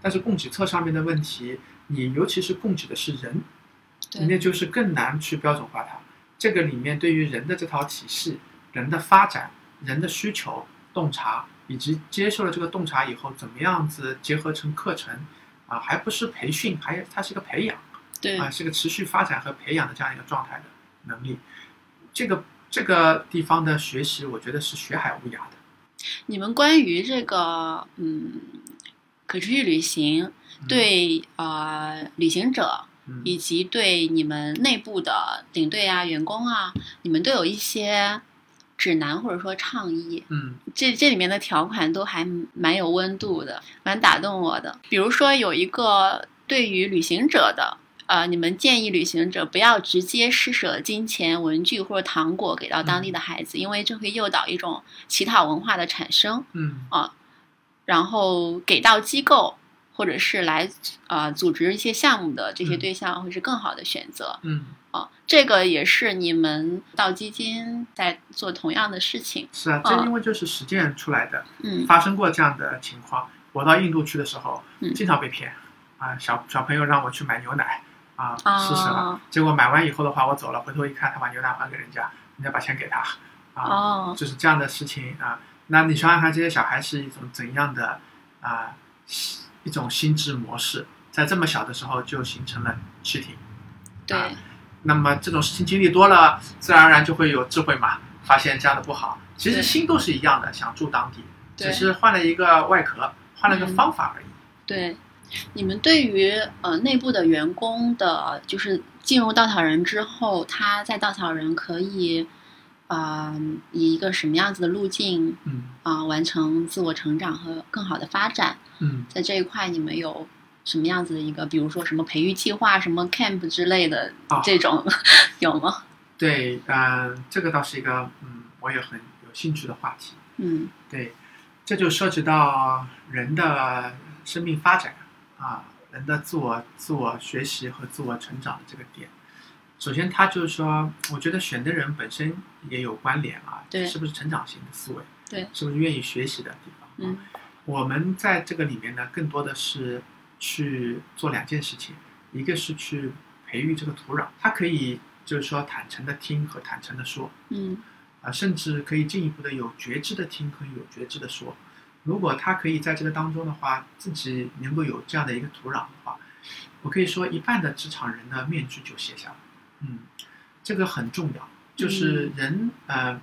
Speaker 6: 但是供给侧上面的问题，你尤其是供给的是人，
Speaker 5: 对
Speaker 6: 那就是更难去标准化它。这个里面对于人的这套体系、人的发展、人的需求洞察，以及接受了这个洞察以后，怎么样子结合成课程啊，还不是培训，还它是一个培养。
Speaker 5: 对
Speaker 6: 啊，是个持续发展和培养的这样一个状态的能力。这个这个地方的学习，我觉得是学海无涯的。
Speaker 5: 你们关于这个嗯可持续旅行
Speaker 6: 嗯，
Speaker 5: 对呃旅行者
Speaker 6: 嗯
Speaker 5: 以及对你们内部的领队啊、员工啊，你们都有一些指南或者说倡议。
Speaker 6: 嗯
Speaker 5: 这这里面的条款都还蛮有温度的，蛮打动我的。比如说有一个对于旅行者的，呃，你们建议旅行者不要直接施舍金钱、文具或者糖果给到当
Speaker 6: 嗯
Speaker 5: 地的孩子，因为这会诱导一种乞讨文化的产生。
Speaker 6: 嗯
Speaker 5: 然后给到机构或者是来呃组织一些项目的这些
Speaker 6: 嗯
Speaker 5: 对象会是更好的选择。
Speaker 6: 嗯，
Speaker 5: 啊，这个也是你们到基金在做同样的事情。
Speaker 6: 是啊，
Speaker 5: 哦
Speaker 6: 这因为就是实践出来的，
Speaker 5: 嗯
Speaker 6: 发生过这样的情况。我到印度去的时候，
Speaker 5: 嗯
Speaker 6: 经常被骗啊，小小朋友让我去买牛奶啊，
Speaker 5: 啊
Speaker 6: 施舍了，结果买完以后的话，我走了，回头一看，他把牛奶还给人家，人家把钱给他啊。
Speaker 5: 哦，
Speaker 6: 就是这样的事情啊。那你想想看，这些小孩是一种怎样的啊心一种心智模式，在这么小的时候就形成了躯体。
Speaker 5: 对。
Speaker 6: 啊那么这种事情经历多了，自然而然就会有智慧嘛，发现这样的不好。其实
Speaker 5: 对
Speaker 6: 心都是一样的，想住当地，
Speaker 5: 对
Speaker 6: 只是换了一个外壳，换了个
Speaker 5: 嗯
Speaker 6: 方法而已。
Speaker 5: 对，你们对于呃内部的员工的，就是进入稻草人之后，他在稻草人可以，啊、以一个什么样子的路径
Speaker 6: 嗯
Speaker 5: 啊、完成自我成长和更好的发展，
Speaker 6: 嗯
Speaker 5: 在这一块你们有什么样子的一个，比如说什么培育计划、什么 camp 之类的
Speaker 6: 啊
Speaker 5: 这种、 有吗？
Speaker 6: 对，嗯、这个倒是一个嗯，我也很有兴趣的话题。
Speaker 5: 嗯
Speaker 6: 对，这就涉及到人的生命发展啊，人的自我自我学习和自我成长的这个点。首先，他就是说，我觉得选的人本身也有关联啊，
Speaker 5: 对
Speaker 6: 是不是成长型的思维，
Speaker 5: 对，
Speaker 6: 是不是愿意学习的地方？啊
Speaker 5: 嗯，
Speaker 6: 我们在这个里面呢，更多的是去做两件事情，一个是去培育这个土壤，它可以就是说坦诚的听和坦诚的说，
Speaker 5: 嗯
Speaker 6: 啊，甚至可以进一步的有觉知的听和有觉知的说。如果他可以在这个当中的话，自己能够有这样的一个土壤的话，我可以说一半的职场人的面具就卸下了。嗯，这个很重要，就是人、呃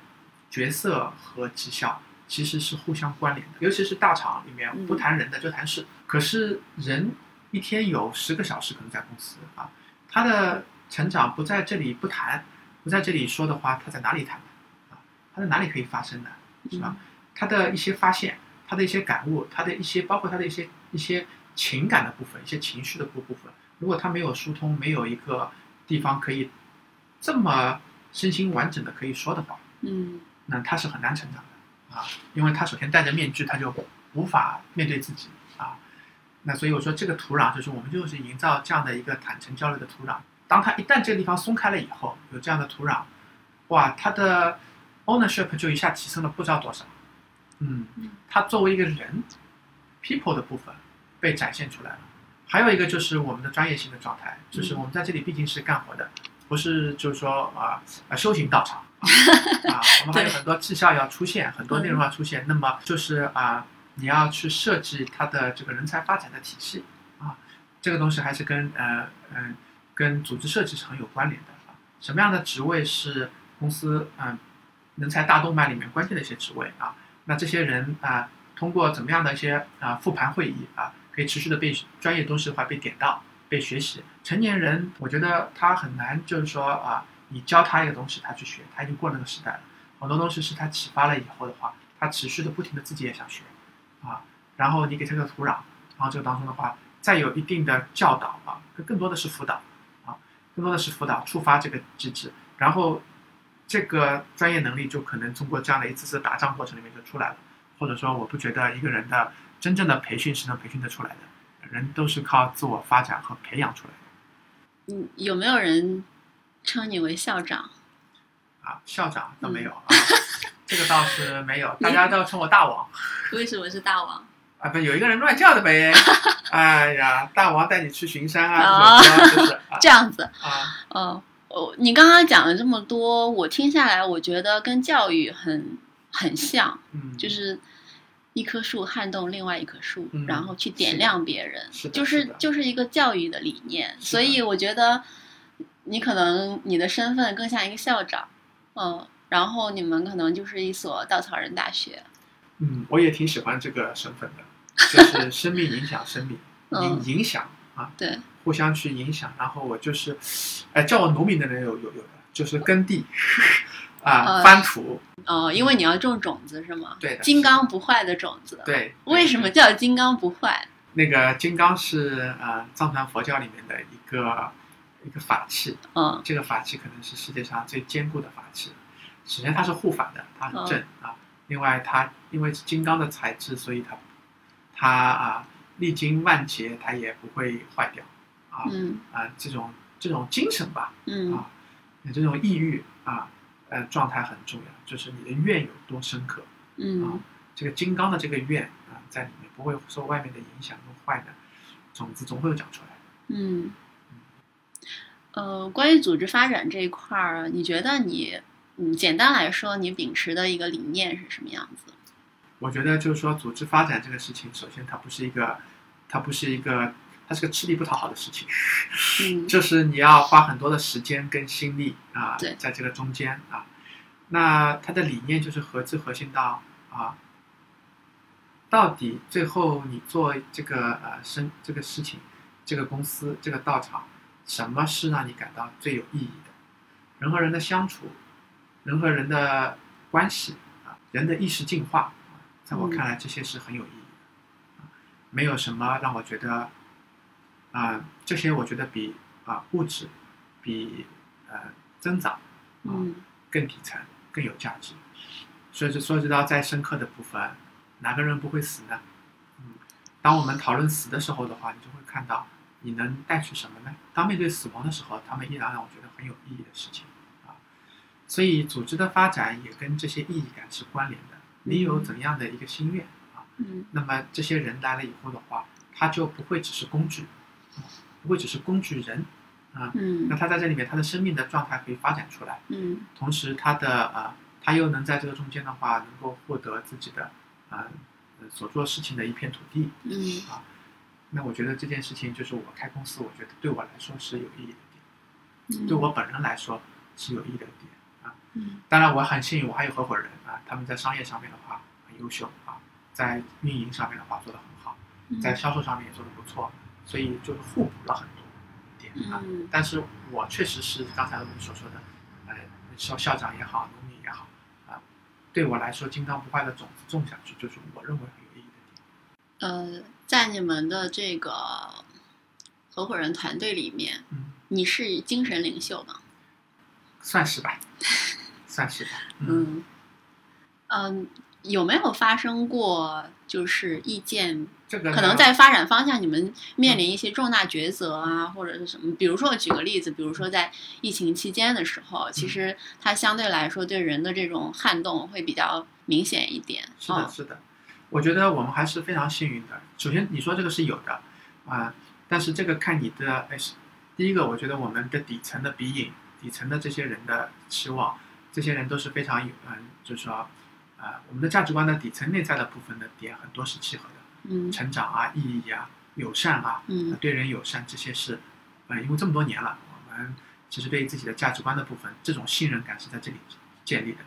Speaker 6: 角色和绩效其实是互相关联的，尤其是大厂里面
Speaker 5: 嗯
Speaker 6: 不谈人的就谈事，可是人一天有十个小时可能在公司啊，他的成长不在这里不谈，不在这里说的话，他在哪里谈呢？啊，他在哪里可以发生呢？是吧？他的一些发现，他的一些感悟，他的一些包括他的一些一些情感的部分，一些情绪的部部分，如果他没有疏通，没有一个地方可以这么身心完整的可以说的话，
Speaker 5: 嗯
Speaker 6: 那他是很难成长的啊，因为他首先戴着面具，他就无法面对自己啊。那所以我说，这个土壤就是我们就是营造这样的一个坦诚交流的土壤。当他一旦这个地方松开了以后，有这样的土壤，哇，他的 ownership 就一下提升了不知道多少。嗯
Speaker 5: 嗯，
Speaker 6: 他作为一个人 people 的部分被展现出来了。还有一个就是我们的专业性的状态，就是我们在这里毕竟是干活的，不是就是说啊啊修行道场啊啊，我们还有很多绩效要出现，很多内容要出现。那么就是啊，你要去设计它的这个人才发展的体系啊，这个东西还是跟呃嗯、跟组织设计是很有关联的啊。什么样的职位是呃公司嗯、人才大动脉里面关键的一些职位啊？那这些人啊、通过怎么样的一些啊、复盘会议啊，可以持续的被专业东西的话被点到、被学习。成年人我觉得他很难，就是说啊，你教他一个东西，他去学，他已经过那个时代了。很多东西是他启发了以后的话，他持续的不停的自己也想学啊，然后你给他个土壤，然后这个当中的话，再有一定的教导啊，更更多的是辅导啊，更多的是辅导触发这个机制，然后这个专业能力就可能通过这样的一次次打仗过程里面就出来了，或者说我不觉得一个人的真正的培训是能培训得出来的，人都是靠自我发展和培养出来的
Speaker 5: 嗯，有没有人称你为校长？
Speaker 6: 啊，校长倒没有
Speaker 5: 嗯
Speaker 6: 啊，这个倒是没有，大家都称我大王。
Speaker 5: 为什么是大王？
Speaker 6: 啊，不，有一个人乱叫的 呗。哎呀，大王带你去巡山啊，
Speaker 5: 啊
Speaker 6: 怎么着就是啊
Speaker 5: 这样子，
Speaker 6: 啊，
Speaker 5: 哦，哦，你刚刚讲了这么多，我听下来，我觉得跟教育很很像，
Speaker 6: 嗯，
Speaker 5: 就是一棵树撼动另外一棵树，
Speaker 6: 嗯
Speaker 5: 然后去点
Speaker 6: 是的
Speaker 5: 亮别人，
Speaker 6: 是的
Speaker 5: 就是是
Speaker 6: 的
Speaker 5: 就是一个教育的理念。
Speaker 6: 是
Speaker 5: 所
Speaker 6: 的
Speaker 5: 以我觉得你可能你的身份更像一个校长，嗯，然后你们可能就是一所稻草人大学，
Speaker 6: 嗯，我也挺喜欢这个身份的， 就是生命影响生命，
Speaker 5: 嗯
Speaker 6: 影影响啊，
Speaker 5: 对，
Speaker 6: 互相去影响。然后我就是，哎，叫我农民的人有有有的，就是 耕地啊，
Speaker 5: 呃
Speaker 6: 翻土，
Speaker 5: 哦，因为你要种种子是吗？
Speaker 6: 对的
Speaker 5: 金刚不坏的种子。
Speaker 6: 对。
Speaker 5: 为什么叫金刚不坏？
Speaker 6: 那个金刚是呃藏传佛教里面的一个一个法器，
Speaker 5: 嗯
Speaker 6: 这个法器可能是世界上最坚固的法器。首先它是护法的，它很正、啊。另外它因为是金刚的材质，所以它它啊历经万劫它也不会坏掉啊、
Speaker 5: 嗯
Speaker 6: 啊这种这种精神吧
Speaker 5: 嗯
Speaker 6: 啊，这种抑郁啊呃状态很重要，就是你的愿有多深刻。啊
Speaker 5: 嗯，
Speaker 6: 这个金刚的这个愿啊、在里面不会受外面的影响跟坏的种子总会有长出来。
Speaker 5: 嗯，呃，关于组织发展这一块儿，你觉得你，嗯，简单来说，你秉持的一个理念是什么样子？
Speaker 6: 我觉得就是说，组织发展这个事情，首先它不是一个，它不是一个，它是个吃力不讨好的事情，
Speaker 5: 嗯
Speaker 6: 就是你要花很多的时间跟心力啊
Speaker 5: 对，
Speaker 6: 在这个中间啊。那它的理念就是核之核心到啊，到底最后你做这个呃生这个事情，这个公司这个道场，什么是让你感到最有意义的？人和人的相处，人和人的关系啊，人的意识进化，啊在
Speaker 5: 嗯
Speaker 6: 我看来这些是很有意义的，啊没有什么让我觉得，啊、这些我觉得比啊、物质，比呃增长，啊、
Speaker 5: 嗯
Speaker 6: 更底层，更有价值。所以就说到再深刻的部分，哪个人不会死呢？嗯，当我们讨论死的时候的话，你就会看到你能带去什么呢？当面对死亡的时候，他们依然让我觉得很有意义的事情啊。所以组织的发展也跟这些意义感是关联的。你有怎样的一个心愿啊？
Speaker 5: 嗯
Speaker 6: 那么这些人来了以后的话，他就不会只是工具，啊不会只是工具人啊。那
Speaker 5: 嗯
Speaker 6: 他在这里面，他的生命的状态可以发展出来。
Speaker 5: 嗯
Speaker 6: 同时他的呃，他又能在这个中间的话，能够获得自己的呃呃所做事情的一片土地。
Speaker 5: 嗯
Speaker 6: 那我觉得这件事情就是我开公司，我觉得对我来说是有意义的点，
Speaker 5: 嗯，
Speaker 6: 对我本人来说是有意义的点。
Speaker 5: 嗯
Speaker 6: 当然，我很幸运，我还有合伙人啊，他们在商业上面的话很优秀啊，在运营上面的话做得很好，
Speaker 5: 嗯
Speaker 6: 在销售上面也做得不错，所以就是互补了很多点啊。
Speaker 5: 嗯
Speaker 6: 但是我确实是刚才我们所说的，呃，校校长也好，农民也好，啊、对我来说，金刚不坏的种子种下去，就是我认为很有意义的点。
Speaker 5: 呃，在你们的这个合伙人团队里面，
Speaker 6: 嗯，
Speaker 5: 你是精神领袖吗？
Speaker 6: 算 是吧，算是吧。嗯，
Speaker 5: 嗯嗯，有没有发生过就是意见
Speaker 6: 这个呢
Speaker 5: 可能在发展方向，你们面临一些重大抉择啊，或者是什么？比如说，我举个例子，比如说在疫情期间的时候，
Speaker 6: 嗯
Speaker 5: 其实它相对来说对人的这种撼动会比较明显一点。
Speaker 6: 是的，
Speaker 5: 哦，
Speaker 6: 是的，我觉得我们还是非常幸运的。首先，你说这个是有的，啊、但是这个看你的，哎，是第一个，我觉得我们的底层的鼻影，底层的这些人的期望，这些人都是非常有，嗯、就是说，啊、我们的价值观的底层内在的部分的点，很多是契合的，
Speaker 5: 嗯
Speaker 6: 成长啊，意义啊，友善啊，
Speaker 5: 嗯
Speaker 6: 对人友善这些是，呃，因为这么多年了，我们其实对于自己的价值观的部分，这种信任感是在这里建立的。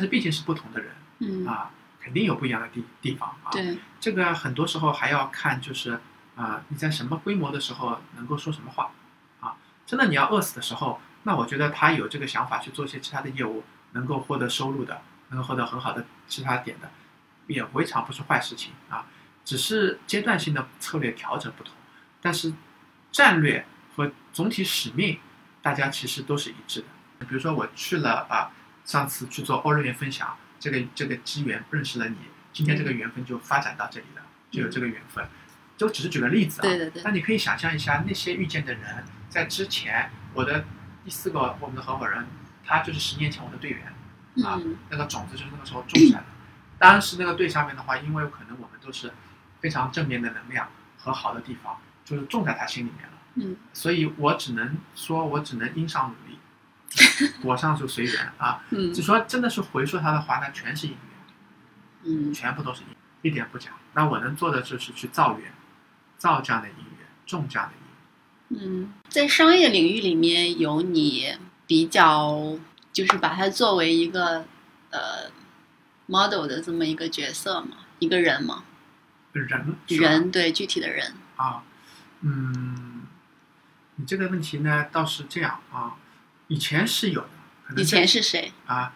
Speaker 5: 嗯
Speaker 6: 是毕竟是不同的人，
Speaker 5: 嗯
Speaker 6: 啊，肯定有不一样的地地方啊。
Speaker 5: 对，
Speaker 6: 这个很多时候还要看，就是啊、呃你在什么规模的时候能够说什么话啊。真的，你要饿死的时候，那我觉得他有这个想法去做一些其他的业务，能够获得收入的，能够获得很好的其他点的，也未尝不是坏事情啊。只是阶段性的策略调整不同，但是战略和总体使命，大家其实都是一致的。比如说，我去了啊，上次去做欧日元分享，这个这个机缘认识了你，今天这个缘分就发展到这里了，就有这个缘分。就只是举个例子啊，
Speaker 5: 对的对的
Speaker 6: 那你可以想象一下，那些遇见的人，在之前，我的第四个我们的合伙人，他就是十年前我的队员，啊
Speaker 5: 嗯，
Speaker 6: 那个种子就是那个时候种 下的。当时那个队下面的话，因为可能我们都是非常正面的能量和好的地方，就是种在他心里面了。
Speaker 5: 嗯，
Speaker 6: 所以我只能说，我只能因上努力， 果上就随缘啊。
Speaker 5: 嗯
Speaker 6: 只说真的是回溯他的话，那全是因缘，
Speaker 5: 嗯
Speaker 6: 全部都是因缘，一点不假。那我能做的就是去造缘，造这样的因缘，种这样的因缘。
Speaker 5: 嗯，在商业领域里面，有你比较就是把它作为一个呃 model 的这么一个角色嘛，一个人嘛，
Speaker 6: 人是啊吧
Speaker 5: 人对具体的人，
Speaker 6: 啊，嗯，你这个问题呢倒是这样啊，以前是有的，可能
Speaker 5: 以前
Speaker 6: 是
Speaker 5: 是谁
Speaker 6: 啊，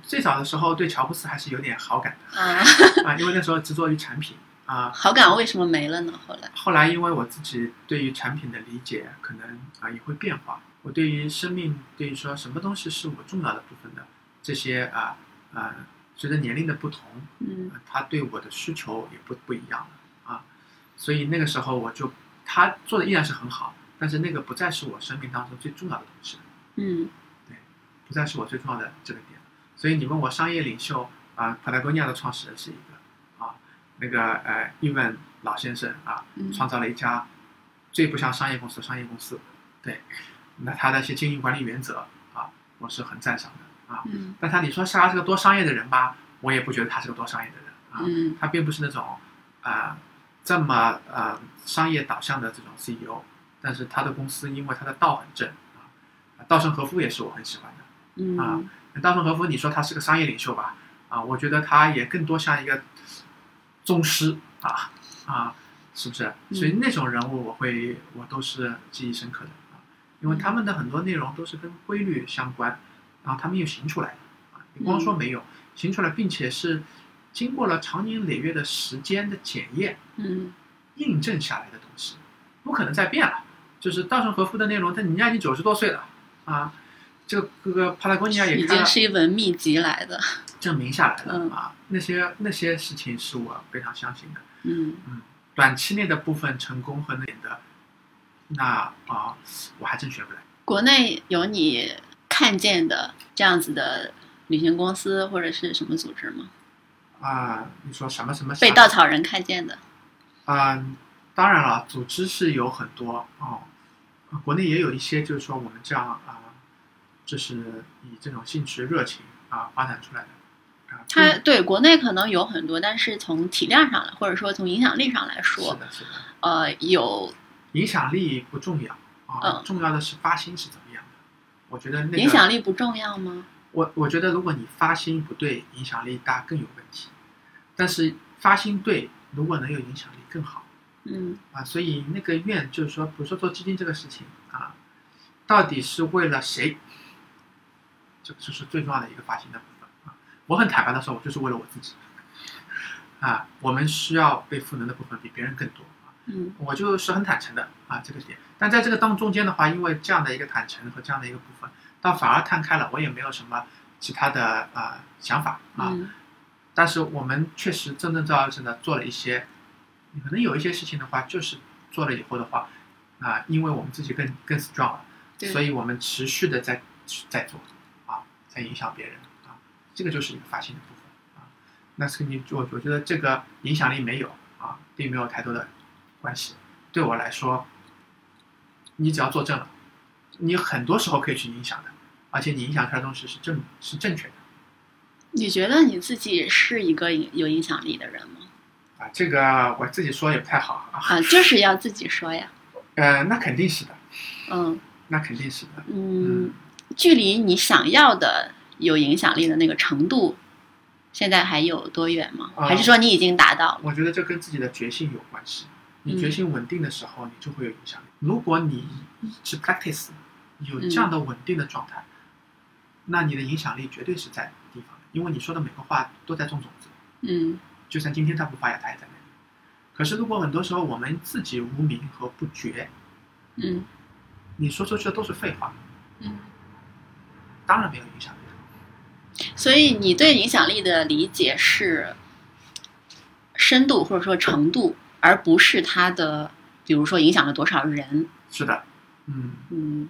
Speaker 6: 最早的时候对乔布斯还是有点好感
Speaker 5: 啊？
Speaker 6: 的啊，因为那时候执着于产品啊，
Speaker 5: 好感为什么没了呢？后来，
Speaker 6: 后来因为我自己对于产品的理解可能啊也会变化，我对于生命，对于说什么东西是我重要的部分的这些啊啊，随着年龄的不同，
Speaker 5: 嗯
Speaker 6: 呃他对我的需求也不不一样了啊，所以那个时候我就他做的依然是很好，但是那个不再是我生命当中最重要的东西，
Speaker 5: 嗯
Speaker 6: 不再是我最重要的这个点。所以你问我商业领袖啊，Patagonia 的创始人是一个啊，那个呃 e v a n 老先生啊，
Speaker 5: 嗯
Speaker 6: 创造了一家最不像商业公司的商业公司，对，那他的一些经营管理原则啊，我是很赞赏的啊。
Speaker 5: 嗯
Speaker 6: 但他你说他是个多商业的人吧，我也不觉得他是个多商业的人啊。
Speaker 5: 嗯
Speaker 6: 他并不是那种啊、呃这么呃商业导向的这种 CEO，但是他的公司因为他的道很正啊，稻盛和夫也是我很喜欢的。
Speaker 5: 嗯
Speaker 6: 那稻盛和夫，你说他是个商业领袖吧？啊，我觉得他也更多像一个宗师啊啊，是不是？
Speaker 5: 嗯
Speaker 6: 所以那种人物我会我都是记忆深刻的啊，因为他们的很多内容都是跟规律相关，然后他们又行出来了啊，你光
Speaker 5: 嗯
Speaker 6: 说没有行出来，并且是经过了长年累月的时间的检验
Speaker 5: 嗯
Speaker 6: 印证下来的东西，不可能再变了。就是稻盛和夫的内容，但人家已经九十多岁了啊，这个这个帕拉贡尼亚
Speaker 5: 嗯，
Speaker 6: 也
Speaker 5: 已
Speaker 6: 看
Speaker 5: 经
Speaker 6: 了
Speaker 5: 是一文秘籍来的，
Speaker 6: 证明下来
Speaker 5: 嗯
Speaker 6: 了啊，那些那些事情是我非常相信的。
Speaker 5: 嗯
Speaker 6: 短期内的部分成功和那点的，那啊，我还真学不来。
Speaker 5: 国内有你看见的这样子的旅行公司或者是什么组织吗？
Speaker 6: 啊，你说什么什么
Speaker 5: 被
Speaker 6: 啥
Speaker 5: 稻草人看见的？
Speaker 6: 啊、当然了，组织是有很多哦、呃国内也有一些，就是说我们这样啊、就是以这种兴趣热情啊、发展出来的啊，
Speaker 5: 它对国内可能有很多，但是从体量上来，或者说从影响力上来
Speaker 6: 是
Speaker 5: 说，
Speaker 6: 的，是的，
Speaker 5: 呃，有
Speaker 6: 影响力不重要啊、
Speaker 5: 嗯
Speaker 6: 重要的是发心是怎么样的。我觉得那个
Speaker 5: 影响力不重要吗？
Speaker 6: 我我觉得，如果你发心不对，影响力大更有问题。但是发心对，如果能有影响力更好
Speaker 5: 嗯
Speaker 6: 啊。所以那个愿就是说，比如说做基金这个事情啊，到底是为了谁？这这是最重要的一个发心的部分啊。我很坦白的说，我就是为了我自己啊。我们需要被赋能的部分比别人更多啊。
Speaker 5: 嗯
Speaker 6: 我就是很坦诚的啊，这个点。但在这个当中间的话，因为这样的一个坦诚和这样的一个部分，倒反而摊开了，我也没有什么其他的啊、呃想法啊。
Speaker 5: 嗯
Speaker 6: 但是我们确实真正造真的做了一些，可能有一些事情的话，就是做了以后的话，啊、因为我们自己更更 strong 了，
Speaker 5: 对
Speaker 6: 所以我们持续的在在做啊，在影响别人啊，这个就是一个发心的部分啊。那是你我我觉得这个影响力没有啊，并没有太多的关系。对我来说，你只要做正了，你很多时候可以去影响的，而且你影响出来的东西是正是正确的。
Speaker 5: 你觉得你自己是一个有影响力的人吗？
Speaker 6: 啊，这个我自己说也不太好啊。
Speaker 5: 啊，就是要自己说呀。
Speaker 6: 呃，那肯定是的，
Speaker 5: 嗯
Speaker 6: 那肯定是的。嗯
Speaker 5: 嗯，距离你想要的有影响力的那个程度现在还有多远吗？
Speaker 6: 啊
Speaker 5: 还是说你已经达到了？
Speaker 6: 我觉得这跟自己的决心有关系。你
Speaker 5: 嗯
Speaker 6: 决心稳定的时候，你就会有影响力。如果你一直 practice 有这样的
Speaker 5: 嗯
Speaker 6: 稳定的状态，那你的影响力绝对是在地方的，因为你说的每个话都在种种子。
Speaker 5: 嗯
Speaker 6: 就算今天它不发芽，它也在那里。可是如果很多时候我们自己无名和不觉，
Speaker 5: 嗯
Speaker 6: 你说出去的都是废话，
Speaker 5: 嗯。
Speaker 6: 当然没有影响力了。
Speaker 5: 所以你对影响力的理解是深度或者说程度，而不是它的，比如说影响了多少人。
Speaker 6: 是的，嗯，
Speaker 5: 嗯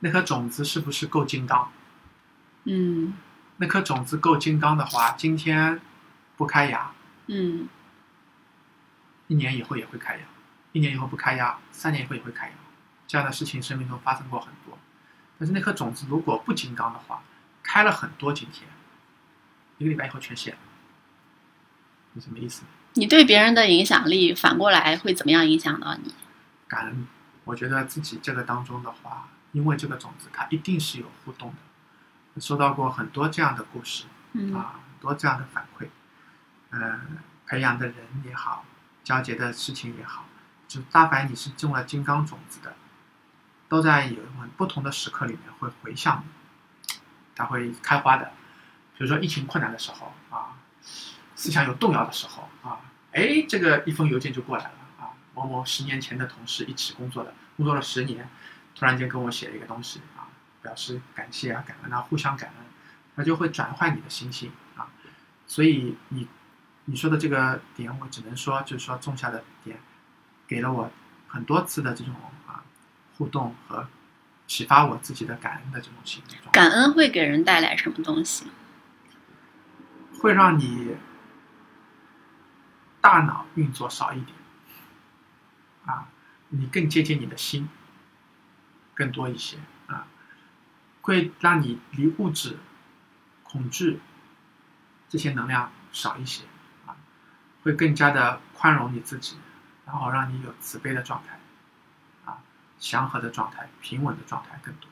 Speaker 6: 那颗种子是不是够金刚？
Speaker 5: 嗯
Speaker 6: 那颗种子够金刚的话，今天不开芽，
Speaker 5: 嗯
Speaker 6: 一年以后也会开芽，一年以后不开芽，三年以后也会开芽。这样的事情生命中发生过很多。但是那颗种子如果不金刚的话，开了很多，今天一个礼拜以后全谢了，你什么意思呢？
Speaker 5: 你对别人的影响力反过来会怎么样影响到你？
Speaker 6: 感恩。我觉得自己这个当中的话，因为这个种子它一定是有互动的。我收到过很多这样的故事
Speaker 5: 嗯
Speaker 6: 啊，很多这样的反馈。呃，培养的人也好，交接的事情也好，就大凡你是种了金刚种子的，都在有不同的时刻里面会回向你，它会开花的。比如说疫情困难的时候啊，思想有动摇的时候啊，哎，这个一封邮件就过来了啊，某某十年前的同事一起工作的，工作了十年，突然间跟我写了一个东西啊，表示感谢啊、感恩啊、互相感恩，那就会转换你的心性啊。所以你你说的这个点，我只能说就是说种下的点，给了我很多次的这种啊互动和启发我自己的感恩的这种情绪状态。
Speaker 5: 感恩会给人带来什么东西？
Speaker 6: 会让你大脑运作少一点，啊，你更接近你的心，更多一些啊，会让你离物质、恐惧这些能量少一些啊，会更加的宽容你自己，然后让你有慈悲的状态，啊，祥和的状态、平稳的状态更多。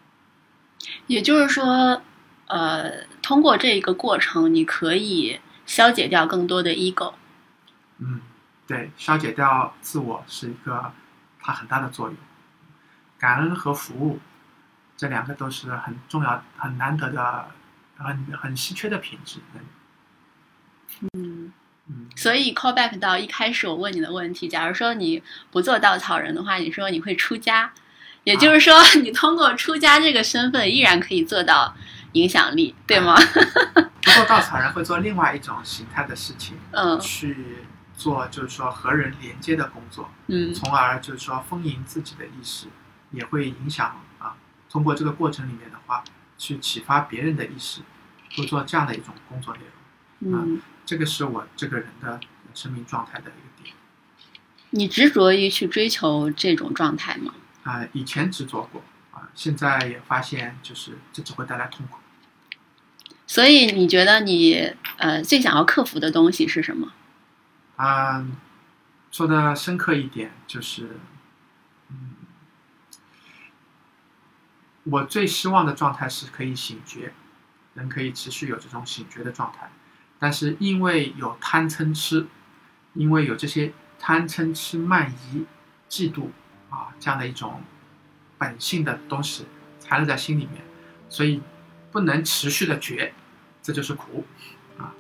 Speaker 5: 也就是说，呃，通过这一个过程，你可以消解掉更多的 ego。
Speaker 6: 嗯，对，消解掉自我是一个它很大的作用。感恩和服务这两个都是很重要、很难得的、很很稀缺的品质。
Speaker 5: 嗯，
Speaker 6: 嗯，
Speaker 5: 所以 call back 到一开始我问你的问题，假如说你不做稻草人的话，你说你会出家，也就是说 你通过出家这个身份依然可以做到影响力，对吗？
Speaker 6: 不过稻草人会做另外一种形态的事情，
Speaker 5: 嗯
Speaker 6: 去做就是说和人连接的工作，
Speaker 5: 嗯
Speaker 6: 从而就是说丰盈自己的意识，也会影响啊。通过这个过程里面的话，去启发别人的意识，会做这样的一种工作内容。
Speaker 5: 嗯，
Speaker 6: 这个是我这个人的生命状态的一个点
Speaker 5: 你执着于去追求这种状态吗？
Speaker 6: 啊、以前执着过啊、现在也发现就是这只会带来痛苦。
Speaker 5: 所以你觉得你呃最想要克服的东西是什么？
Speaker 6: 啊、说的深刻一点就是，嗯，我最希望的状态是可以醒觉，人可以持续有这种醒觉的状态，但是因为有贪嗔痴，因为有这些贪嗔痴慢疑、嫉妒啊这样的一种本性的东西缠绕在心里面，所以不能持续的觉，这就是苦。啊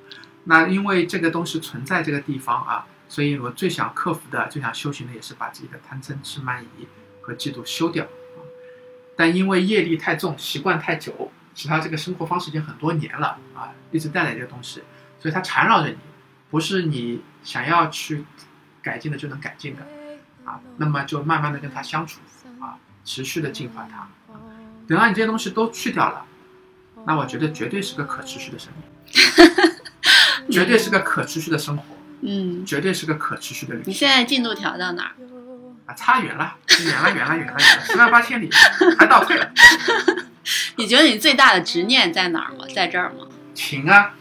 Speaker 6: 那因为这个东西存在这个地方啊，所以我最想克服的、最想修行的，也是把自己的贪嗔痴慢疑和嫉妒修掉啊。但因为业力太重，习惯太久，其他这个生活方式已经很多年了啊，一直带来这个东西，所以它缠绕着你，不是你想要去改进的就能改进的啊。那么就慢慢的跟它相处啊，持续的净化它。啊等到你这些东西都去掉了，那我觉得绝对是个可持续的生命， 绝对是个可持续的生活，
Speaker 5: 嗯，
Speaker 6: 绝对是个可持续的旅
Speaker 5: 你现
Speaker 6: 行
Speaker 5: 在进度调到哪儿？
Speaker 6: 啊！差远了，远了，远了，远了，远了，十万八千里，还倒退了。
Speaker 5: 你觉得你最大的执念在哪儿吗？在这儿吗？
Speaker 6: 情啊，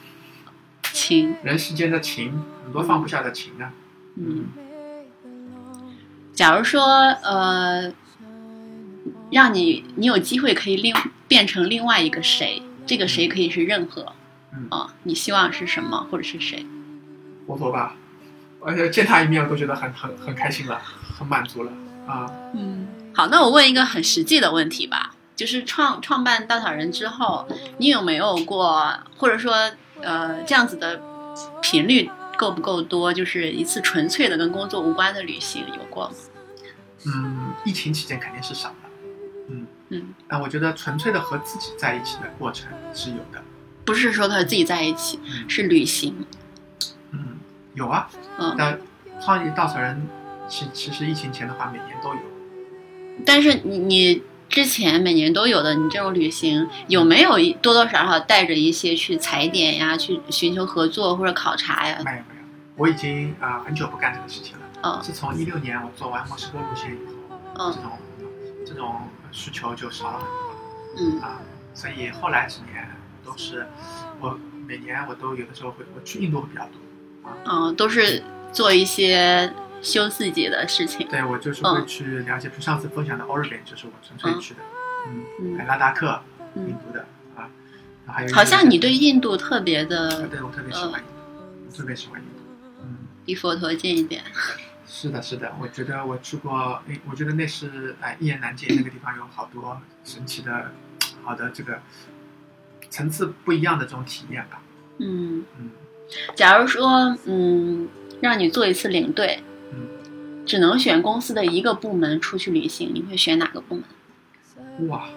Speaker 5: 亲，
Speaker 6: 人世间的情，很多放不下的情啊。
Speaker 5: 嗯。假如说呃，让你你有机会可以另变成另外一个谁，这个谁可以是任何，
Speaker 6: 嗯
Speaker 5: 啊、你希望是什么，或者是谁？
Speaker 6: 摩托吧，而且见他一面我都觉得很很很开心了，很满足了啊。
Speaker 5: 嗯，好，那我问一个很实际的问题吧，就是创创办稻草人之后，你有没有过，或者说呃这样子的频率够不够多？就是一次纯粹的跟工作无关的旅行有过吗？
Speaker 6: 嗯，疫情期间肯定是少的，嗯
Speaker 5: 嗯，
Speaker 6: 但我觉得纯粹的和自己在一起的过程是有的，
Speaker 5: 不是说和自己在一起，
Speaker 6: 嗯
Speaker 5: 是旅行。
Speaker 6: 嗯，有啊，
Speaker 5: 嗯，
Speaker 6: 但创业稻草人其其实疫情前的话每年都有，
Speaker 5: 但是你你之前每年都有的，你这种旅行有没有一多多少少带着一些去踩点呀，去寻求合作或者考察呀？
Speaker 6: 没有没有，我已经啊、很久不干这个事情了，
Speaker 5: 嗯
Speaker 6: 自从一六年我做完莫斯科路线以后，
Speaker 5: 嗯
Speaker 6: 这种这种需求就少了很多了。
Speaker 5: 嗯
Speaker 6: 啊，所以后来几年都是我每年我都有的时候会我去印度会比较多，
Speaker 5: 嗯，都是做一些修自己的事情。
Speaker 6: 对我就是
Speaker 5: 嗯
Speaker 6: 会去了解，比如上次分享的 Oregon 就是我纯粹去的，嗯，
Speaker 5: 嗯
Speaker 6: 还有拉达克，印
Speaker 5: 嗯，
Speaker 6: 度的啊，然后还有一个
Speaker 5: 好像你对印嗯度特别
Speaker 6: 啊
Speaker 5: 的
Speaker 6: 对我特别喜欢印度，我特别喜欢印度，嗯，
Speaker 5: 离佛陀近一点。
Speaker 6: 是的，是的，我觉得我去过，哎，我觉得那是哎一言难尽，那个地方有好多神奇的、好的这个层次不一样的这种体验吧，
Speaker 5: 嗯，
Speaker 6: 嗯。
Speaker 5: 假如说嗯，让你做一次领队，只能选公司的一个部门出去旅行，你会选哪个部门？
Speaker 6: 哇，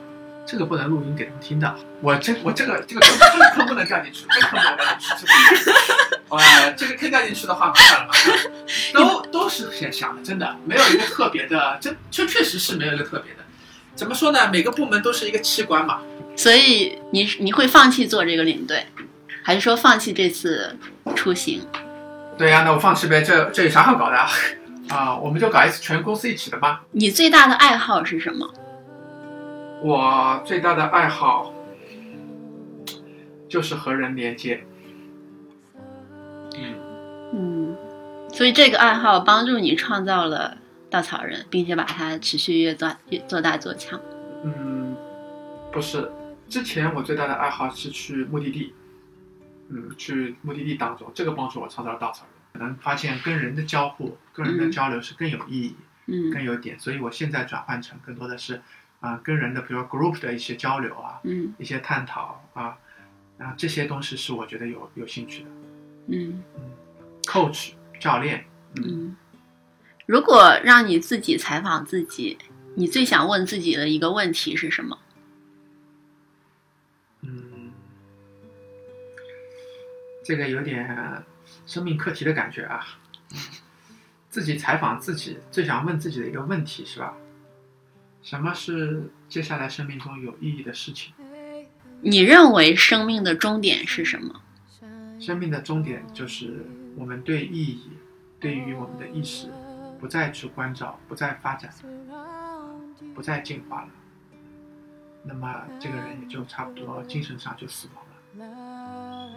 Speaker 6: 这个不能录音给他们听的。我这我这个这个坑这个坑不能掉进去，这个坑不能掉进去。这个坑呃，这个坑掉进去的话，麻烦了，麻烦了。都都是想想的，真的没有一个特别的，这这确实是没有一个特别的。怎么说呢？每个部门都是一个器官嘛。
Speaker 5: 所以你你会放弃做这个领队，还是说放弃这次出行？
Speaker 6: 对呀、那我放弃呗，这这有啥好搞的啊？ 啊，我们就搞一次全公司一起的吧。
Speaker 5: 你最大的爱好是什么？
Speaker 6: 我最大的爱好就是和人连接。嗯。
Speaker 5: 嗯，所以这个爱好帮助你创造了稻草人，并且把它持续越做越做大做强。
Speaker 6: 嗯，不是，之前我最大的爱好是去目的地，嗯，去目的地当中，这个帮助我创造了稻草人。可能发现跟人的交互、跟人的
Speaker 5: 嗯
Speaker 6: 交流是更有意义、
Speaker 5: 嗯
Speaker 6: 更有点，所以我现在转换成更多的是啊、跟人的，比如说 group 的一些交流啊，
Speaker 5: 嗯
Speaker 6: 一些探讨啊，啊这些东西是我觉得有有兴趣的。
Speaker 5: 嗯
Speaker 6: coach 教练，
Speaker 5: 嗯。如果让你自己采访自己，你最想问自己的一个问题是什么？
Speaker 6: 嗯，这个有点生命课题的感觉啊。自己采访自己，最想问自己的一个问题是吧？什么是接下来生命中有意义的事情？
Speaker 5: 你认为生命的终点是什么？
Speaker 6: 生命的终点就是我们对意义，对于我们的意识，不再去关照，不再发展，不再进化了。那么这个人也就差不多精神上就死亡了。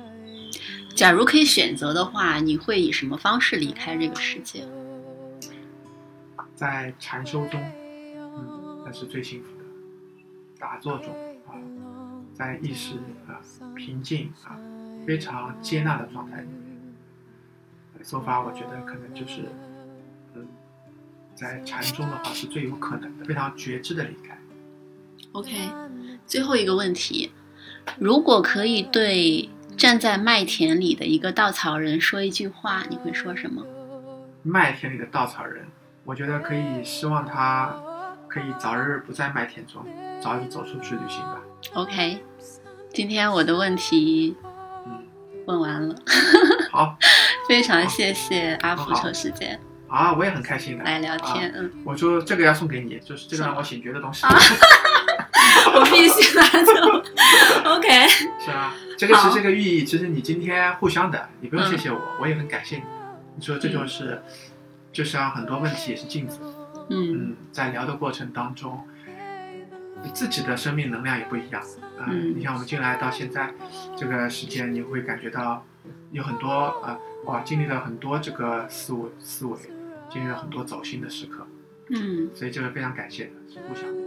Speaker 5: 假如可以选择的话，你会以什么方式离开这个世界？
Speaker 6: 在禅修中，嗯，那是最幸福的；打坐中啊，在意识啊平静啊非常接纳的状态里面，说法我觉得可能就是，嗯，在禅宗的话是最有可能的，非常觉知的离开。
Speaker 5: OK，最后一个问题，如果可以对站在麦田里的一个稻草人说一句话，你会说什么？
Speaker 6: 麦田里的稻草人，我觉得可以希望他可以早日不在麦田中，早日走出去旅行吧。
Speaker 5: OK，今天我的问题
Speaker 6: 嗯，
Speaker 5: 问完了，
Speaker 6: 好
Speaker 5: 非常谢谢阿福抽时间
Speaker 6: 啊，我也很开心的啊
Speaker 5: 来聊天。啊嗯，
Speaker 6: 我说这个要送给你，就是这个让我醒觉的东西，
Speaker 5: 我必须拿走。OK，
Speaker 6: 是吧？这个其
Speaker 5: 好嗯
Speaker 6: 实这个寓意，其实你今天互相的，你不用谢谢我，我也很感谢你。你说这就是，就像很多问题也是镜子，
Speaker 5: 嗯
Speaker 6: 嗯，在聊的过程当中，你自己的生命能量也不一样啊、
Speaker 5: 嗯
Speaker 6: 你像我们进来到现在这个时间，你会感觉到有很多啊、呃，哇，经历了很多这个思维思维，经历了很多走心的时刻，
Speaker 5: 嗯，
Speaker 6: 所以这个非常感谢，是互相的。